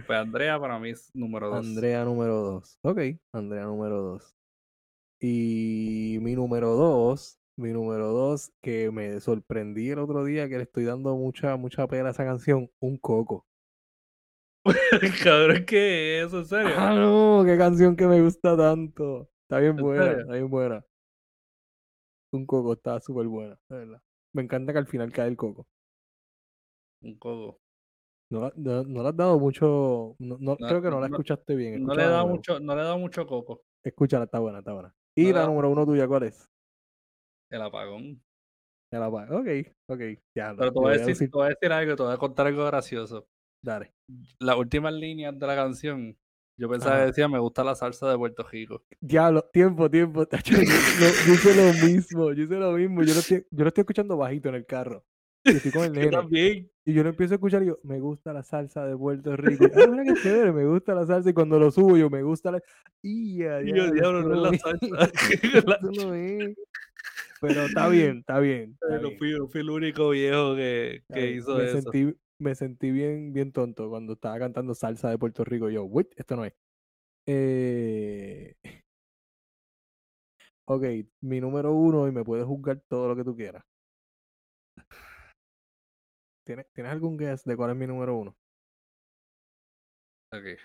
[SPEAKER 2] Pues Andrea para mí es número 2.
[SPEAKER 1] Andrea número 2. Ok, Andrea número 2. Y mi número 2, mi número 2, que me sorprendí el otro día que le estoy dando mucha, mucha pela a esa canción, un coco.
[SPEAKER 2] Cabrón, ¿qué es eso? ¿En serio?
[SPEAKER 1] Ah, no, qué canción que me gusta tanto. Está bien
[SPEAKER 2] ¿En
[SPEAKER 1] buena,
[SPEAKER 2] serio?
[SPEAKER 1] está bien buena. Un coco está súper buena, de verdad. Me encanta que al final cae el coco.
[SPEAKER 2] Un coco.
[SPEAKER 1] No, la- no, no le has dado mucho. No, no-
[SPEAKER 2] No,
[SPEAKER 1] creo que no la
[SPEAKER 2] no-
[SPEAKER 1] escuchaste bien.
[SPEAKER 2] No le,
[SPEAKER 1] escúchala de
[SPEAKER 2] da
[SPEAKER 1] nuevo.
[SPEAKER 2] mucho, no le da mucho coco
[SPEAKER 1] Escúchala, está buena, está buena. ¿Y
[SPEAKER 2] le
[SPEAKER 1] la
[SPEAKER 2] da-
[SPEAKER 1] número uno tuya cuál es?
[SPEAKER 2] el apagón.
[SPEAKER 1] Ya la pa- Ok, ok. Ya, lo-
[SPEAKER 2] Pero te
[SPEAKER 1] le
[SPEAKER 2] voy, a decir, te voy a decir algo, te voy a contar algo gracioso.
[SPEAKER 1] Dale.
[SPEAKER 2] Las últimas líneas de la canción, yo pensaba
[SPEAKER 1] Ajá.
[SPEAKER 2] que decía, me gusta la salsa de Puerto Rico.
[SPEAKER 1] Diablo, tiempo, tiempo. tacho, yo, yo- yo hice lo mismo, yo hice lo mismo. Yo lo, estoy, yo lo estoy escuchando bajito en el carro. y estoy con el
[SPEAKER 2] Yo
[SPEAKER 1] nene.
[SPEAKER 2] también.
[SPEAKER 1] Y yo lo empiezo a escuchar y yo, me gusta la salsa de Puerto Rico. Y, Ah, mira qué chévere, me gusta la salsa. Y cuando lo subo yo, me gusta la... Y ya,
[SPEAKER 2] Y yo, diablo, no es la salsa. La-
[SPEAKER 1] Pero está bien, está bien. está
[SPEAKER 2] no
[SPEAKER 1] bien,
[SPEAKER 2] fui, no fui el único viejo que,
[SPEAKER 1] está
[SPEAKER 2] que
[SPEAKER 1] bien.
[SPEAKER 2] hizo
[SPEAKER 1] me
[SPEAKER 2] eso.
[SPEAKER 1] Sentí, me sentí bien, bien tonto cuando estaba cantando salsa de Puerto Rico. Yo, wait, esto no es. Eh... Ok, mi número uno y me puedes juzgar todo lo que tú quieras. ¿Tienes, ¿Tienes algún guess de cuál es mi número uno?
[SPEAKER 2] Ok.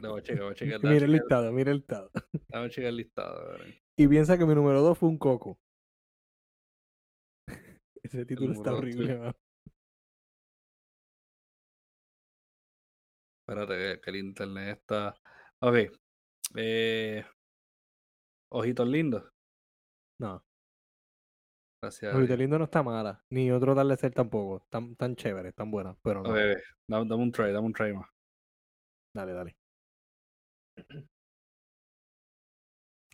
[SPEAKER 2] Debo checar, debo checar.
[SPEAKER 1] Mira el
[SPEAKER 2] Debo checar,
[SPEAKER 1] listado, mira el listado.
[SPEAKER 2] debo checar el listado. a ver.
[SPEAKER 1] Y piensa que mi número dos fue un coco. Ese título está
[SPEAKER 2] número dos,
[SPEAKER 1] horrible,
[SPEAKER 2] sí.
[SPEAKER 1] mano.
[SPEAKER 2] Espérate, que, que el internet está. Ok. Eh, Ojitos lindos.
[SPEAKER 1] No,
[SPEAKER 2] Gracias. a
[SPEAKER 1] Ojito
[SPEAKER 2] Dios.
[SPEAKER 1] Lindo no está mala, ni otro tal de ser tampoco. Tan, tan chévere, tan buena, pero no.
[SPEAKER 2] Ok, ok, dame, dame un try, dame un try más.
[SPEAKER 1] Dale, dale.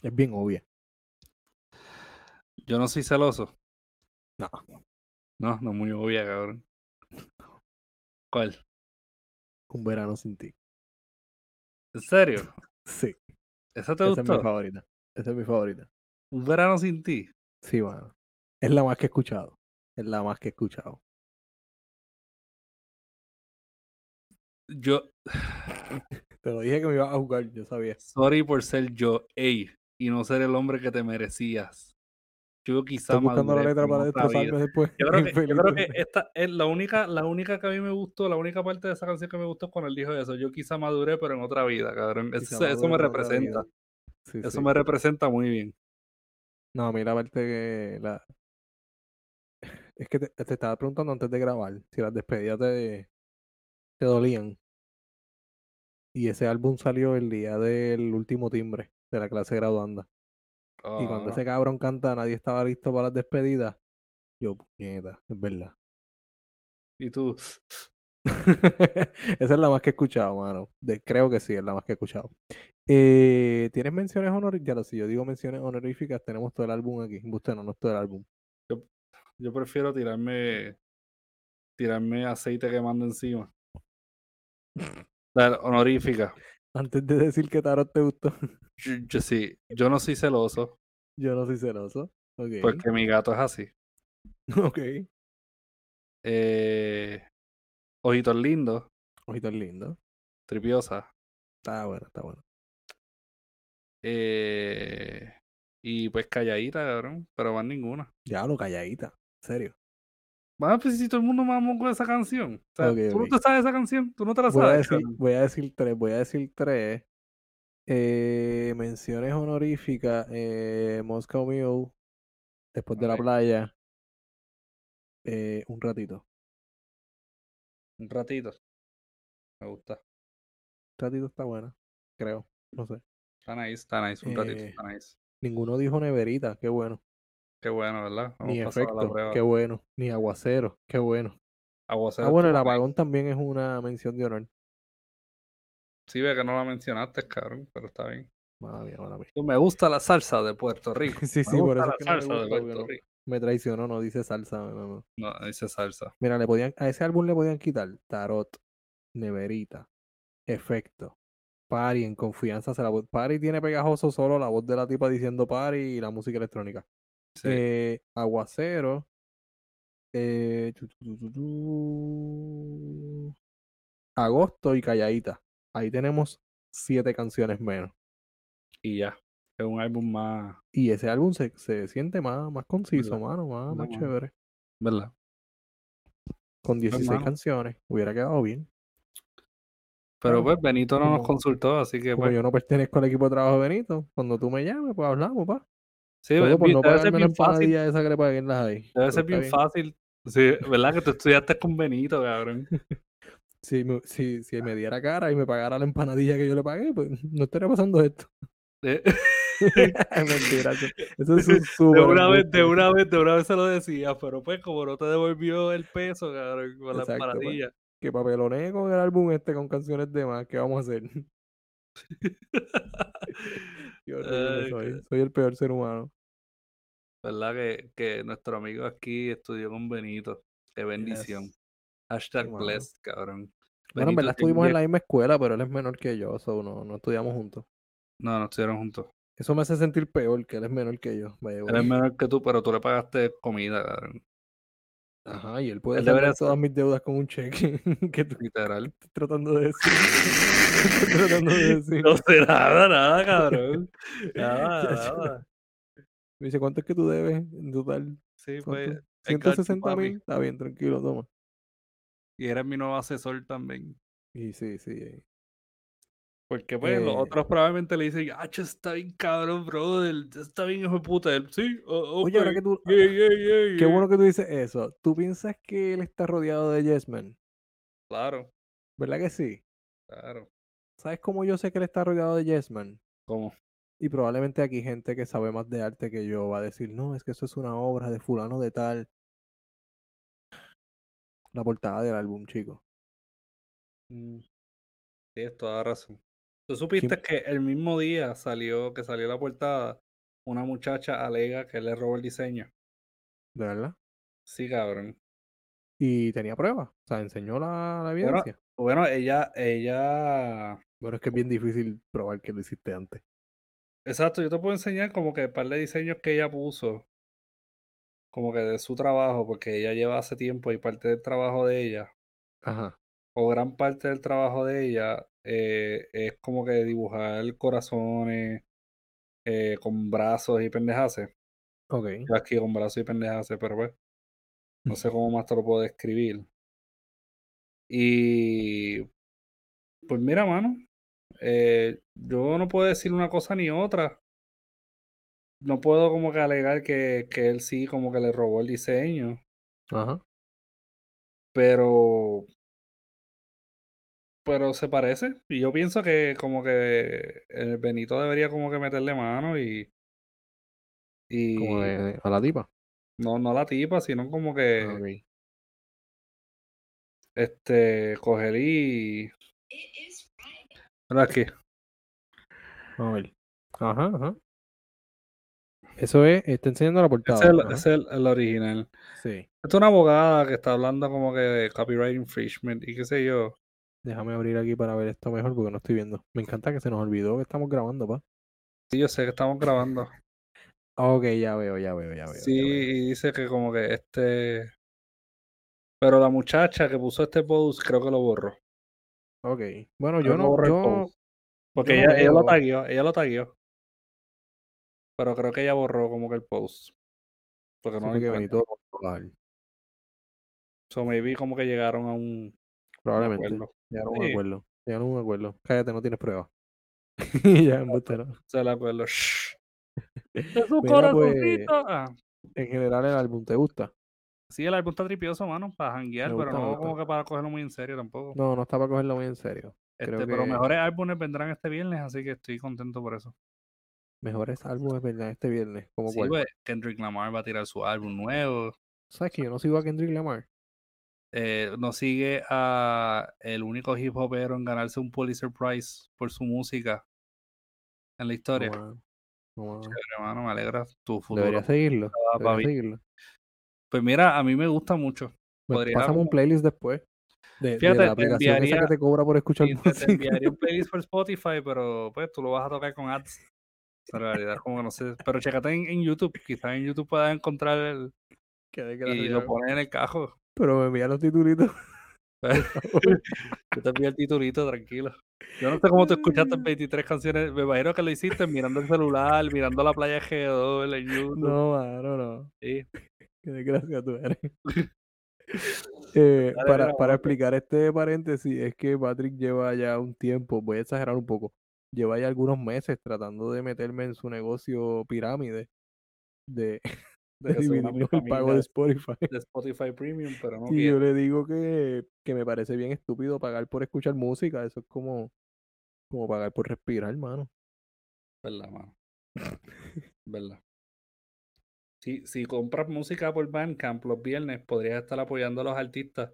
[SPEAKER 1] Es bien obvia.
[SPEAKER 2] Yo no soy celoso.
[SPEAKER 1] No.
[SPEAKER 2] No, no es muy obvia, cabrón. ¿Cuál?
[SPEAKER 1] Un verano sin ti.
[SPEAKER 2] ¿En serio?
[SPEAKER 1] Sí,
[SPEAKER 2] ¿Esa te
[SPEAKER 1] esa es mi
[SPEAKER 2] gustó?
[SPEAKER 1] favorita. Esa es mi favorita.
[SPEAKER 2] Un verano sin ti.
[SPEAKER 1] Sí, mano. Es la más que he escuchado. Es la más que he escuchado.
[SPEAKER 2] Yo,
[SPEAKER 1] Te lo dije que me iba a jugar, yo sabía.
[SPEAKER 2] sorry por ser yo, ey, y no ser el hombre que te merecías. Yo quizá
[SPEAKER 1] Estoy buscando la
[SPEAKER 2] maduré,
[SPEAKER 1] letra
[SPEAKER 2] pero
[SPEAKER 1] para
[SPEAKER 2] no sabía.
[SPEAKER 1] destrozarme después.
[SPEAKER 2] Yo creo, que, yo
[SPEAKER 1] infeliz
[SPEAKER 2] creo
[SPEAKER 1] de-
[SPEAKER 2] que esta es la única, la única que a mí me gustó, la única parte de esa canción que me gustó es cuando él dijo eso. Yo quizá maduré, pero en otra vida, cabrón.
[SPEAKER 1] quizá
[SPEAKER 2] Eso, eso
[SPEAKER 1] madure
[SPEAKER 2] me
[SPEAKER 1] en otra vida.
[SPEAKER 2] representa.
[SPEAKER 1] Sí,
[SPEAKER 2] Eso
[SPEAKER 1] sí.
[SPEAKER 2] me representa muy bien.
[SPEAKER 1] No, a mí la parte que la... Es que te, te estaba preguntando antes de grabar si las despedidas te, te dolían. Y ese álbum salió el día del último timbre de la clase graduanda. Y cuando
[SPEAKER 2] Ah.
[SPEAKER 1] ese cabrón canta, nadie estaba listo para las despedidas. Yo, puñeta, es verdad.
[SPEAKER 2] Y tú,
[SPEAKER 1] Esa es la más que he escuchado, mano. De- creo que sí, es la más que he escuchado. Eh, ¿Tienes menciones honoríficas? Ya lo si yo digo menciones honoríficas, tenemos todo el álbum aquí. Usted no, no es todo el álbum.
[SPEAKER 2] yo prefiero tirarme tirarme aceite quemando encima. La honorífica.
[SPEAKER 1] Antes de decir que Tarot te gustó,
[SPEAKER 2] Yo, yo sí, yo no soy celoso
[SPEAKER 1] yo no soy celoso. Ok.
[SPEAKER 2] porque mi gato es así.
[SPEAKER 1] Ok.
[SPEAKER 2] Eh, ojitos lindos,
[SPEAKER 1] Ojitos lindos.
[SPEAKER 2] tripiosa.
[SPEAKER 1] Está bueno, está bueno.
[SPEAKER 2] eh, y pues calladita, cabrón, pero más ninguna.
[SPEAKER 1] Ya lo calladita. En serio.
[SPEAKER 2] Bueno, pues si todo el mundo mamó con esa canción. O sea,
[SPEAKER 1] Ok,
[SPEAKER 2] ¿Tú no
[SPEAKER 1] ok.
[SPEAKER 2] te sabes esa canción? ¿Tú no te la
[SPEAKER 1] Voy a,
[SPEAKER 2] sabes?
[SPEAKER 1] decir,
[SPEAKER 2] cabrón?
[SPEAKER 1] voy a decir tres, voy a decir tres. Eh, menciones honoríficas, eh, Moscow Mule, después de la
[SPEAKER 2] Ok.
[SPEAKER 1] playa, eh, un ratito.
[SPEAKER 2] Un ratito. Me gusta.
[SPEAKER 1] Un ratito está buena, creo. No sé.
[SPEAKER 2] Está nice, está nice. Un ratito,
[SPEAKER 1] Eh,
[SPEAKER 2] está nice.
[SPEAKER 1] Ninguno dijo neverita, qué bueno.
[SPEAKER 2] Qué bueno, ¿verdad? Hemos
[SPEAKER 1] Ni
[SPEAKER 2] pasado la
[SPEAKER 1] efecto,
[SPEAKER 2] prueba.
[SPEAKER 1] qué bueno. Ni aguacero, qué bueno.
[SPEAKER 2] Aguacero
[SPEAKER 1] Ah, bueno, el
[SPEAKER 2] estuvo nice.
[SPEAKER 1] apagón también es una mención de honor.
[SPEAKER 2] Sí, ve que no la mencionaste, cabrón, pero está bien.
[SPEAKER 1] Mala mía, mala mía.
[SPEAKER 2] Me gusta la salsa de Puerto Rico.
[SPEAKER 1] Sí,
[SPEAKER 2] Me
[SPEAKER 1] sí, por eso
[SPEAKER 2] gusta la
[SPEAKER 1] es que no me
[SPEAKER 2] salsa de
[SPEAKER 1] gusta, porque
[SPEAKER 2] Puerto
[SPEAKER 1] no-
[SPEAKER 2] Rico.
[SPEAKER 1] me traicionó, no dice salsa. mi mamá.
[SPEAKER 2] No, dice salsa.
[SPEAKER 1] Mira, le podían, a ese álbum le podían quitar Tarot, Neverita, Efecto, Party en confianza. Se la, po- Party tiene pegajoso solo la voz de la tipa diciendo Party y la música electrónica.
[SPEAKER 2] Sí.
[SPEAKER 1] Eh, Aguacero. eh, tu, tu, tu, tu, tu, Agosto y Calladita. Ahí tenemos siete canciones menos.
[SPEAKER 2] Y ya. Es un álbum más,
[SPEAKER 1] Y ese álbum se, se siente más, más conciso, mano, más,
[SPEAKER 2] ¿Verdad,
[SPEAKER 1] más
[SPEAKER 2] mano?
[SPEAKER 1] chévere.
[SPEAKER 2] ¿verdad?
[SPEAKER 1] Con 16
[SPEAKER 2] mano.
[SPEAKER 1] canciones. Hubiera quedado bien.
[SPEAKER 2] Pero
[SPEAKER 1] Claro.
[SPEAKER 2] pues Benito no nos
[SPEAKER 1] Como-
[SPEAKER 2] consultó, así que
[SPEAKER 1] Como
[SPEAKER 2] pues.
[SPEAKER 1] yo no pertenezco al equipo de trabajo de Benito, cuando tú me llames, pues hablamos, pa.
[SPEAKER 2] Sí,
[SPEAKER 1] Todo por
[SPEAKER 2] vi-
[SPEAKER 1] pues, no
[SPEAKER 2] debe ser
[SPEAKER 1] pagarme la
[SPEAKER 2] bien fácil.
[SPEAKER 1] empanadilla esa que le paguen las ahí.
[SPEAKER 2] Debe
[SPEAKER 1] Pero
[SPEAKER 2] ser
[SPEAKER 1] está
[SPEAKER 2] bien fácil. Sí, ¿verdad? Que tú estudiaste con Benito, cabrón.
[SPEAKER 1] Si, me- si, si me diera cara y me pagara la empanadilla que yo le pagué, pues no estaría pasando esto.
[SPEAKER 2] De,
[SPEAKER 1] Mentira, eso, eso es un
[SPEAKER 2] de
[SPEAKER 1] súper
[SPEAKER 2] una vez,
[SPEAKER 1] embuste.
[SPEAKER 2] de una vez, de una vez se lo decía, pero pues como no te devolvió el peso, cabrón, con
[SPEAKER 1] Exacto,
[SPEAKER 2] la
[SPEAKER 1] pues.
[SPEAKER 2] paradilla.
[SPEAKER 1] Que papelonee con el álbum este con canciones de más, ¿qué vamos a hacer? Qué horrible
[SPEAKER 2] Ay,
[SPEAKER 1] soy.
[SPEAKER 2] qué-
[SPEAKER 1] Soy el peor ser humano.
[SPEAKER 2] ¿Verdad? Que, que nuestro amigo aquí estudió con Benito. Qué bendición.
[SPEAKER 1] Yes.
[SPEAKER 2] Hashtag
[SPEAKER 1] mano.
[SPEAKER 2] blessed, cabrón.
[SPEAKER 1] Bueno, en verdad
[SPEAKER 2] Benito, tengo
[SPEAKER 1] estuvimos en
[SPEAKER 2] que-
[SPEAKER 1] la misma escuela, pero él es menor que yo, so no, no estudiamos juntos.
[SPEAKER 2] No, no estuvieron juntos.
[SPEAKER 1] Eso me hace sentir peor que él es menor que yo. by the way.
[SPEAKER 2] Él es menor que tú, pero tú le pagaste comida, cabrón.
[SPEAKER 1] Ajá, y él puede
[SPEAKER 2] Él debería
[SPEAKER 1] saldar todas mis deudas con un cheque. ¿Qué tú
[SPEAKER 2] Literal.
[SPEAKER 1] estás tratando de decir? ¿Qué estás tratando de decir?
[SPEAKER 2] No sé nada, nada, cabrón.
[SPEAKER 1] Ya,
[SPEAKER 2] Nada,
[SPEAKER 1] yo-
[SPEAKER 2] nada.
[SPEAKER 1] Me dice, ¿cuánto es que tú debes en total?
[SPEAKER 2] Sí,
[SPEAKER 1] ¿Cuánto?
[SPEAKER 2] pues. el cacho,
[SPEAKER 1] 160
[SPEAKER 2] papi.
[SPEAKER 1] mil. Está bien, tranquilo, toma.
[SPEAKER 2] Y era mi nuevo asesor también.
[SPEAKER 1] Y sí, sí. eh.
[SPEAKER 2] Porque pues los
[SPEAKER 1] Eh.
[SPEAKER 2] otros probablemente le dicen, ah, che, está bien cabrón, brother, está bien hijo de puta. Él, sí, o-
[SPEAKER 1] Oye, ahora
[SPEAKER 2] ok,
[SPEAKER 1] que tú...
[SPEAKER 2] yeah, yeah,
[SPEAKER 1] Qué
[SPEAKER 2] yeah, yeah".
[SPEAKER 1] bueno que tú dices eso. ¿Tú piensas que él está rodeado de yes men?
[SPEAKER 2] Claro,
[SPEAKER 1] ¿Verdad que sí?
[SPEAKER 2] claro.
[SPEAKER 1] ¿Sabes cómo yo sé que él está rodeado de yes men?
[SPEAKER 2] ¿Cómo?
[SPEAKER 1] Y probablemente aquí gente que sabe más de arte que yo va a decir, no, es que eso es una obra de fulano de tal. La portada del álbum, chico.
[SPEAKER 2] Mm. Tienes toda razón. Tú supiste que el mismo día salió, que salió la portada, una muchacha alega que le robó el diseño.
[SPEAKER 1] ¿De verdad?
[SPEAKER 2] Sí, cabrón.
[SPEAKER 1] Y tenía pruebas. O sea, enseñó la, la evidencia.
[SPEAKER 2] Bueno, ella, ella.
[SPEAKER 1] Bueno, es que es bien difícil probar que lo hiciste antes.
[SPEAKER 2] Exacto, yo te puedo enseñar como que el par de diseños que ella puso. Como que de su trabajo, porque ella lleva hace tiempo y parte del trabajo de ella,
[SPEAKER 1] Ajá.
[SPEAKER 2] o gran parte del trabajo de ella, eh, es como que dibujar corazones eh, con brazos y pendejaces.
[SPEAKER 1] Ok.
[SPEAKER 2] Yo aquí con brazos y pendejaces, pero pues, no sé cómo más te lo puedo describir. Y pues mira, mano, eh, yo no puedo decir una cosa ni otra. No puedo como que alegar que, que él sí como que le robó el diseño,
[SPEAKER 1] Ajá.
[SPEAKER 2] pero pero se parece y yo pienso que como que el Benito debería como que meterle mano y y
[SPEAKER 1] Como de- de- a la tipa.
[SPEAKER 2] no no la tipa, sino como
[SPEAKER 1] Ah,
[SPEAKER 2] que
[SPEAKER 1] ok.
[SPEAKER 2] este coger y Mira aquí.
[SPEAKER 1] Vamos a ver. Ajá, ajá. Eso es, está enseñando la portada.
[SPEAKER 2] Ese es el,
[SPEAKER 1] Ajá.
[SPEAKER 2] ese es el- el original.
[SPEAKER 1] Sí.
[SPEAKER 2] Esta es una abogada que está hablando como que de copyright infringement y qué sé yo.
[SPEAKER 1] Déjame abrir aquí para ver esto mejor porque no estoy viendo. Me encanta que se nos olvidó que estamos grabando, pa.
[SPEAKER 2] Sí, yo sé que estamos grabando.
[SPEAKER 1] Ah, Ok, ya veo, ya veo, ya veo. ya
[SPEAKER 2] Sí,
[SPEAKER 1] veo.
[SPEAKER 2] y dice que como que este... Pero la muchacha que puso este post creo que lo borró.
[SPEAKER 1] Ok. Bueno,
[SPEAKER 2] Creo
[SPEAKER 1] yo
[SPEAKER 2] que
[SPEAKER 1] no.
[SPEAKER 2] borró el
[SPEAKER 1] Yo,
[SPEAKER 2] post. Porque
[SPEAKER 1] no
[SPEAKER 2] ella, ella lo
[SPEAKER 1] veo.
[SPEAKER 2] taguió, ella lo taguió. Pero creo que ella borró como que el post. Porque no
[SPEAKER 1] supe
[SPEAKER 2] lo
[SPEAKER 1] que
[SPEAKER 2] encuentro.
[SPEAKER 1] Benito lo puso a él,
[SPEAKER 2] So maybe como que llegaron a un
[SPEAKER 1] Probablemente.
[SPEAKER 2] acuerdo.
[SPEAKER 1] Llegaron a un
[SPEAKER 2] Sí.
[SPEAKER 1] acuerdo. Llegaron a un acuerdo. Cállate, no tienes pruebas. ya, embuste, no.
[SPEAKER 2] Se la peló. De su
[SPEAKER 1] pues,
[SPEAKER 2] corazoncito. Ah,
[SPEAKER 1] En general, el álbum te gusta.
[SPEAKER 2] Sí, el álbum está tripioso, mano, para janguear,
[SPEAKER 1] Me
[SPEAKER 2] pero
[SPEAKER 1] gusta, me
[SPEAKER 2] no
[SPEAKER 1] gusta.
[SPEAKER 2] como que para cogerlo muy en serio tampoco.
[SPEAKER 1] No, no está para cogerlo muy en serio.
[SPEAKER 2] Este,
[SPEAKER 1] creo
[SPEAKER 2] pero
[SPEAKER 1] que-
[SPEAKER 2] mejores álbumes vendrán este viernes, así que estoy contento por eso.
[SPEAKER 1] Mejores álbumes, ¿verdad? Este viernes. ¿Cómo
[SPEAKER 2] Sí,
[SPEAKER 1] cuál?
[SPEAKER 2] pues, Kendrick Lamar va a tirar su álbum nuevo.
[SPEAKER 1] ¿Sabes que yo no sigo a Kendrick Lamar?
[SPEAKER 2] Eh, nos sigue a el único hip hopero en ganarse un Pulitzer Prize por su música en
[SPEAKER 1] No,
[SPEAKER 2] la historia.
[SPEAKER 1] mano. No, mano.
[SPEAKER 2] Pero, mano, me alegra tu futuro.
[SPEAKER 1] Debería seguirlo.
[SPEAKER 2] Ah,
[SPEAKER 1] Debería
[SPEAKER 2] papi.
[SPEAKER 1] seguirlo.
[SPEAKER 2] Pues mira, a mí me gusta mucho.
[SPEAKER 1] Me-
[SPEAKER 2] Podría-
[SPEAKER 1] Pásame un playlist después. De, de
[SPEAKER 2] Fíjate, te
[SPEAKER 1] la aplicación esa
[SPEAKER 2] enviaría-
[SPEAKER 1] que te cobra por escuchar
[SPEAKER 2] Y te- te
[SPEAKER 1] música.
[SPEAKER 2] enviaría un playlist por Spotify, pero pues tú lo vas a tocar con ads. En realidad, como que no sé. Pero checate en, en YouTube. Quizás en YouTube puedas encontrar el.
[SPEAKER 1] Qué
[SPEAKER 2] Y
[SPEAKER 1] desgraciado.
[SPEAKER 2] lo pones en el cajo.
[SPEAKER 1] Pero me envía los titulitos.
[SPEAKER 2] Yo te envío el titulito, tranquilo. Mm. Yo no sé cómo tú escuchaste 23 canciones. Me imagino que lo hiciste mirando el celular, mirando la playa G2, en YouTube.
[SPEAKER 1] No, mano, no.
[SPEAKER 2] sí.
[SPEAKER 1] Qué desgracia tú eres. Eh,
[SPEAKER 2] Dale,
[SPEAKER 1] para,
[SPEAKER 2] dale,
[SPEAKER 1] para
[SPEAKER 2] aguanta.
[SPEAKER 1] explicar este paréntesis, es que Patrick lleva ya un tiempo, voy a exagerar un poco, lleva ya algunos meses tratando de meterme en su negocio pirámide de, de
[SPEAKER 2] que seguramente
[SPEAKER 1] dividirnos
[SPEAKER 2] a
[SPEAKER 1] el
[SPEAKER 2] mí
[SPEAKER 1] pago
[SPEAKER 2] me-
[SPEAKER 1] de Spotify.
[SPEAKER 2] de Spotify Premium, pero no
[SPEAKER 1] Y yo
[SPEAKER 2] quiero.
[SPEAKER 1] le digo que, que me parece bien estúpido pagar por escuchar música, eso es como, como pagar por respirar, hermano.
[SPEAKER 2] ¿Verdad, mano? ¿Verdad? Si, si compras música por Bandcamp los viernes, podrías estar apoyando a los artistas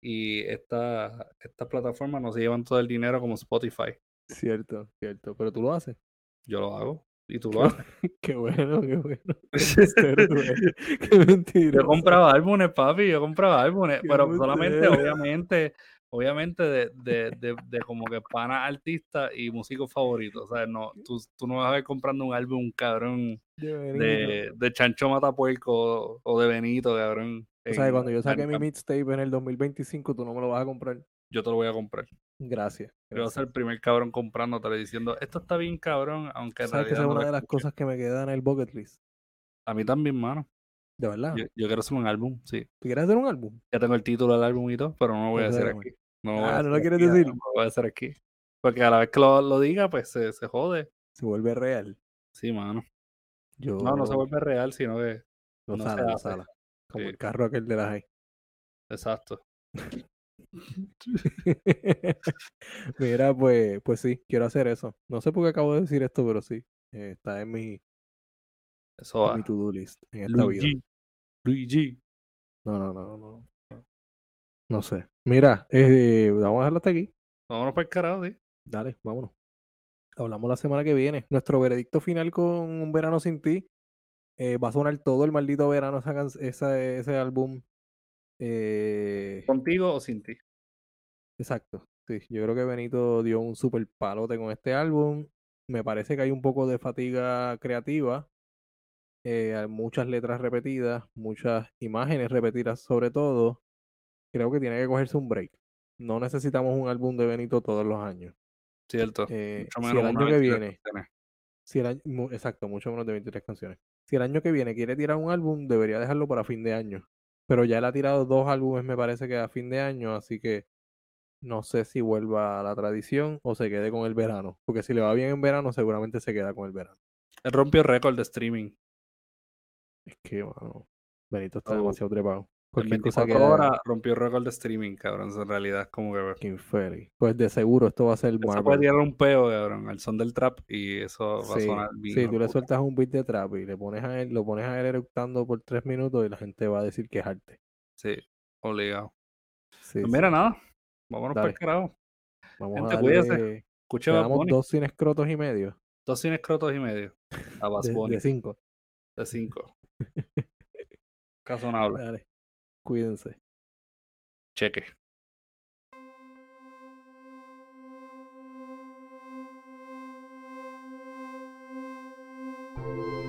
[SPEAKER 2] y esta- estas plataformas no se llevan todo el dinero como Spotify.
[SPEAKER 1] Cierto, cierto, pero tú lo haces.
[SPEAKER 2] Yo lo hago y tú lo haces.
[SPEAKER 1] Qué bueno, qué bueno. Pero tú eres- qué mentira.
[SPEAKER 2] Yo compraba álbumes, papi, yo compraba álbumes,
[SPEAKER 1] Qué
[SPEAKER 2] pero solamente,
[SPEAKER 1] embustero.
[SPEAKER 2] obviamente, obviamente de, de, de, de como que pana artista y músicos favoritos. O sea, no, tú, tú no vas a ver comprando un álbum, cabrón. de, de Chancho Matapuerco o de Benito, cabrón.
[SPEAKER 1] O sea, que
[SPEAKER 2] en
[SPEAKER 1] cuando yo saque mi
[SPEAKER 2] Bandcamp.
[SPEAKER 1] mixtape en el 2025, tú no me lo vas a comprar.
[SPEAKER 2] Yo te lo voy a comprar.
[SPEAKER 1] Gracias.
[SPEAKER 2] Yo voy a
[SPEAKER 1] gracias.
[SPEAKER 2] ser el primer cabrón comprándotelo y diciendo, esto está bien cabrón, aunque en
[SPEAKER 1] ¿Sabes que
[SPEAKER 2] realidad
[SPEAKER 1] esa es
[SPEAKER 2] no lo
[SPEAKER 1] una de las
[SPEAKER 2] escuché".
[SPEAKER 1] cosas que me queda en el bucket list?
[SPEAKER 2] A mí también, mano.
[SPEAKER 1] De verdad.
[SPEAKER 2] Yo, yo quiero hacer un álbum, sí.
[SPEAKER 1] ¿Tú quieres hacer un álbum?
[SPEAKER 2] Ya tengo el título del álbum y todo, pero no lo voy a
[SPEAKER 1] Eso
[SPEAKER 2] decir
[SPEAKER 1] era,
[SPEAKER 2] aquí. No lo voy a
[SPEAKER 1] Ah, ¿no lo
[SPEAKER 2] decir
[SPEAKER 1] quieres
[SPEAKER 2] aquí,
[SPEAKER 1] decir?
[SPEAKER 2] No lo voy a decir aquí. Porque a la vez que lo, lo diga, pues se, se jode.
[SPEAKER 1] Se vuelve real.
[SPEAKER 2] Sí, mano.
[SPEAKER 1] Yo
[SPEAKER 2] No, no se vuelve real, sino que...
[SPEAKER 1] lo
[SPEAKER 2] no se
[SPEAKER 1] sala, lo
[SPEAKER 2] hace.
[SPEAKER 1] sala. Como
[SPEAKER 2] Sí.
[SPEAKER 1] el carro aquel de la high.
[SPEAKER 2] Exacto.
[SPEAKER 1] Mira, pues, pues sí, quiero hacer eso. No sé por qué acabo de decir esto, pero sí. eh, está en mi,
[SPEAKER 2] Eso
[SPEAKER 1] en
[SPEAKER 2] va.
[SPEAKER 1] mi to-do list. En esta vida.
[SPEAKER 2] Luigi. Luigi.
[SPEAKER 1] No, no, no, no. no. No sé. Mira, eh, vamos a dejarlo hasta aquí.
[SPEAKER 2] Vámonos para el carajo, sí.
[SPEAKER 1] Dale, vámonos. Hablamos la semana que viene. Nuestro veredicto final con Un Verano Sin Ti. eh, va a sonar todo el maldito verano esa, can- esa- ese álbum. Eh,
[SPEAKER 2] ¿Contigo o sin ti?
[SPEAKER 1] exacto. Sí, yo creo que Benito dio un super palote con este álbum. Me parece que hay un poco de fatiga creativa. eh, hay muchas letras repetidas, muchas imágenes repetidas sobre todo. Creo que tiene que cogerse un break. No necesitamos un álbum de Benito todos los años.
[SPEAKER 2] Cierto.
[SPEAKER 1] Eh,
[SPEAKER 2] Mucho
[SPEAKER 1] si
[SPEAKER 2] menos
[SPEAKER 1] el
[SPEAKER 2] una
[SPEAKER 1] año que
[SPEAKER 2] 23
[SPEAKER 1] viene
[SPEAKER 2] canciones.
[SPEAKER 1] Si el año- mu- exacto, mucho menos de 23 canciones. Si el año que viene quiere tirar un álbum, debería dejarlo para fin de año. Pero ya él ha tirado dos álbumes, me parece que a fin de año, así que no sé si vuelva a la tradición o se quede con el verano. Porque si le va bien en verano, seguramente se queda con el verano.
[SPEAKER 2] Él rompió récord de streaming.
[SPEAKER 1] Es que, mano, Benito está
[SPEAKER 2] Oh,
[SPEAKER 1] demasiado trepado.
[SPEAKER 2] En
[SPEAKER 1] Cualquier cosa que
[SPEAKER 2] 24
[SPEAKER 1] haga,
[SPEAKER 2] horas rompió récord de streaming, cabrón. En realidad, como que. Él
[SPEAKER 1] qué infeliz. Pues de seguro esto va a ser
[SPEAKER 2] Se
[SPEAKER 1] Marvel.
[SPEAKER 2] puede tirar un peo, cabrón, al son del trap y eso va a
[SPEAKER 1] Sí,
[SPEAKER 2] sonar bien.
[SPEAKER 1] sí,
[SPEAKER 2] hijo
[SPEAKER 1] tú
[SPEAKER 2] de
[SPEAKER 1] le
[SPEAKER 2] puta.
[SPEAKER 1] sueltas un beat de trap y le pones a él, lo pones a él eructando por tres minutos y la gente va a decir que es arte.
[SPEAKER 2] Sí, obligado.
[SPEAKER 1] Sí,
[SPEAKER 2] Pues
[SPEAKER 1] sí,
[SPEAKER 2] mira, nada. Vámonos para
[SPEAKER 1] Dale.
[SPEAKER 2] el carajo.
[SPEAKER 1] Vamos
[SPEAKER 2] gente,
[SPEAKER 1] a
[SPEAKER 2] cuídese.
[SPEAKER 1] darle,
[SPEAKER 2] Escuche
[SPEAKER 1] le
[SPEAKER 2] Bad
[SPEAKER 1] damos
[SPEAKER 2] Bunny. Dos,
[SPEAKER 1] dos sin escrotos y medio
[SPEAKER 2] sin escrotos y medio. A Bad
[SPEAKER 1] de,
[SPEAKER 2] Bunny,
[SPEAKER 1] de cinco.
[SPEAKER 2] de cinco. Razonable.
[SPEAKER 1] Dale, cuídense.
[SPEAKER 2] Cheque.
[SPEAKER 3] Thank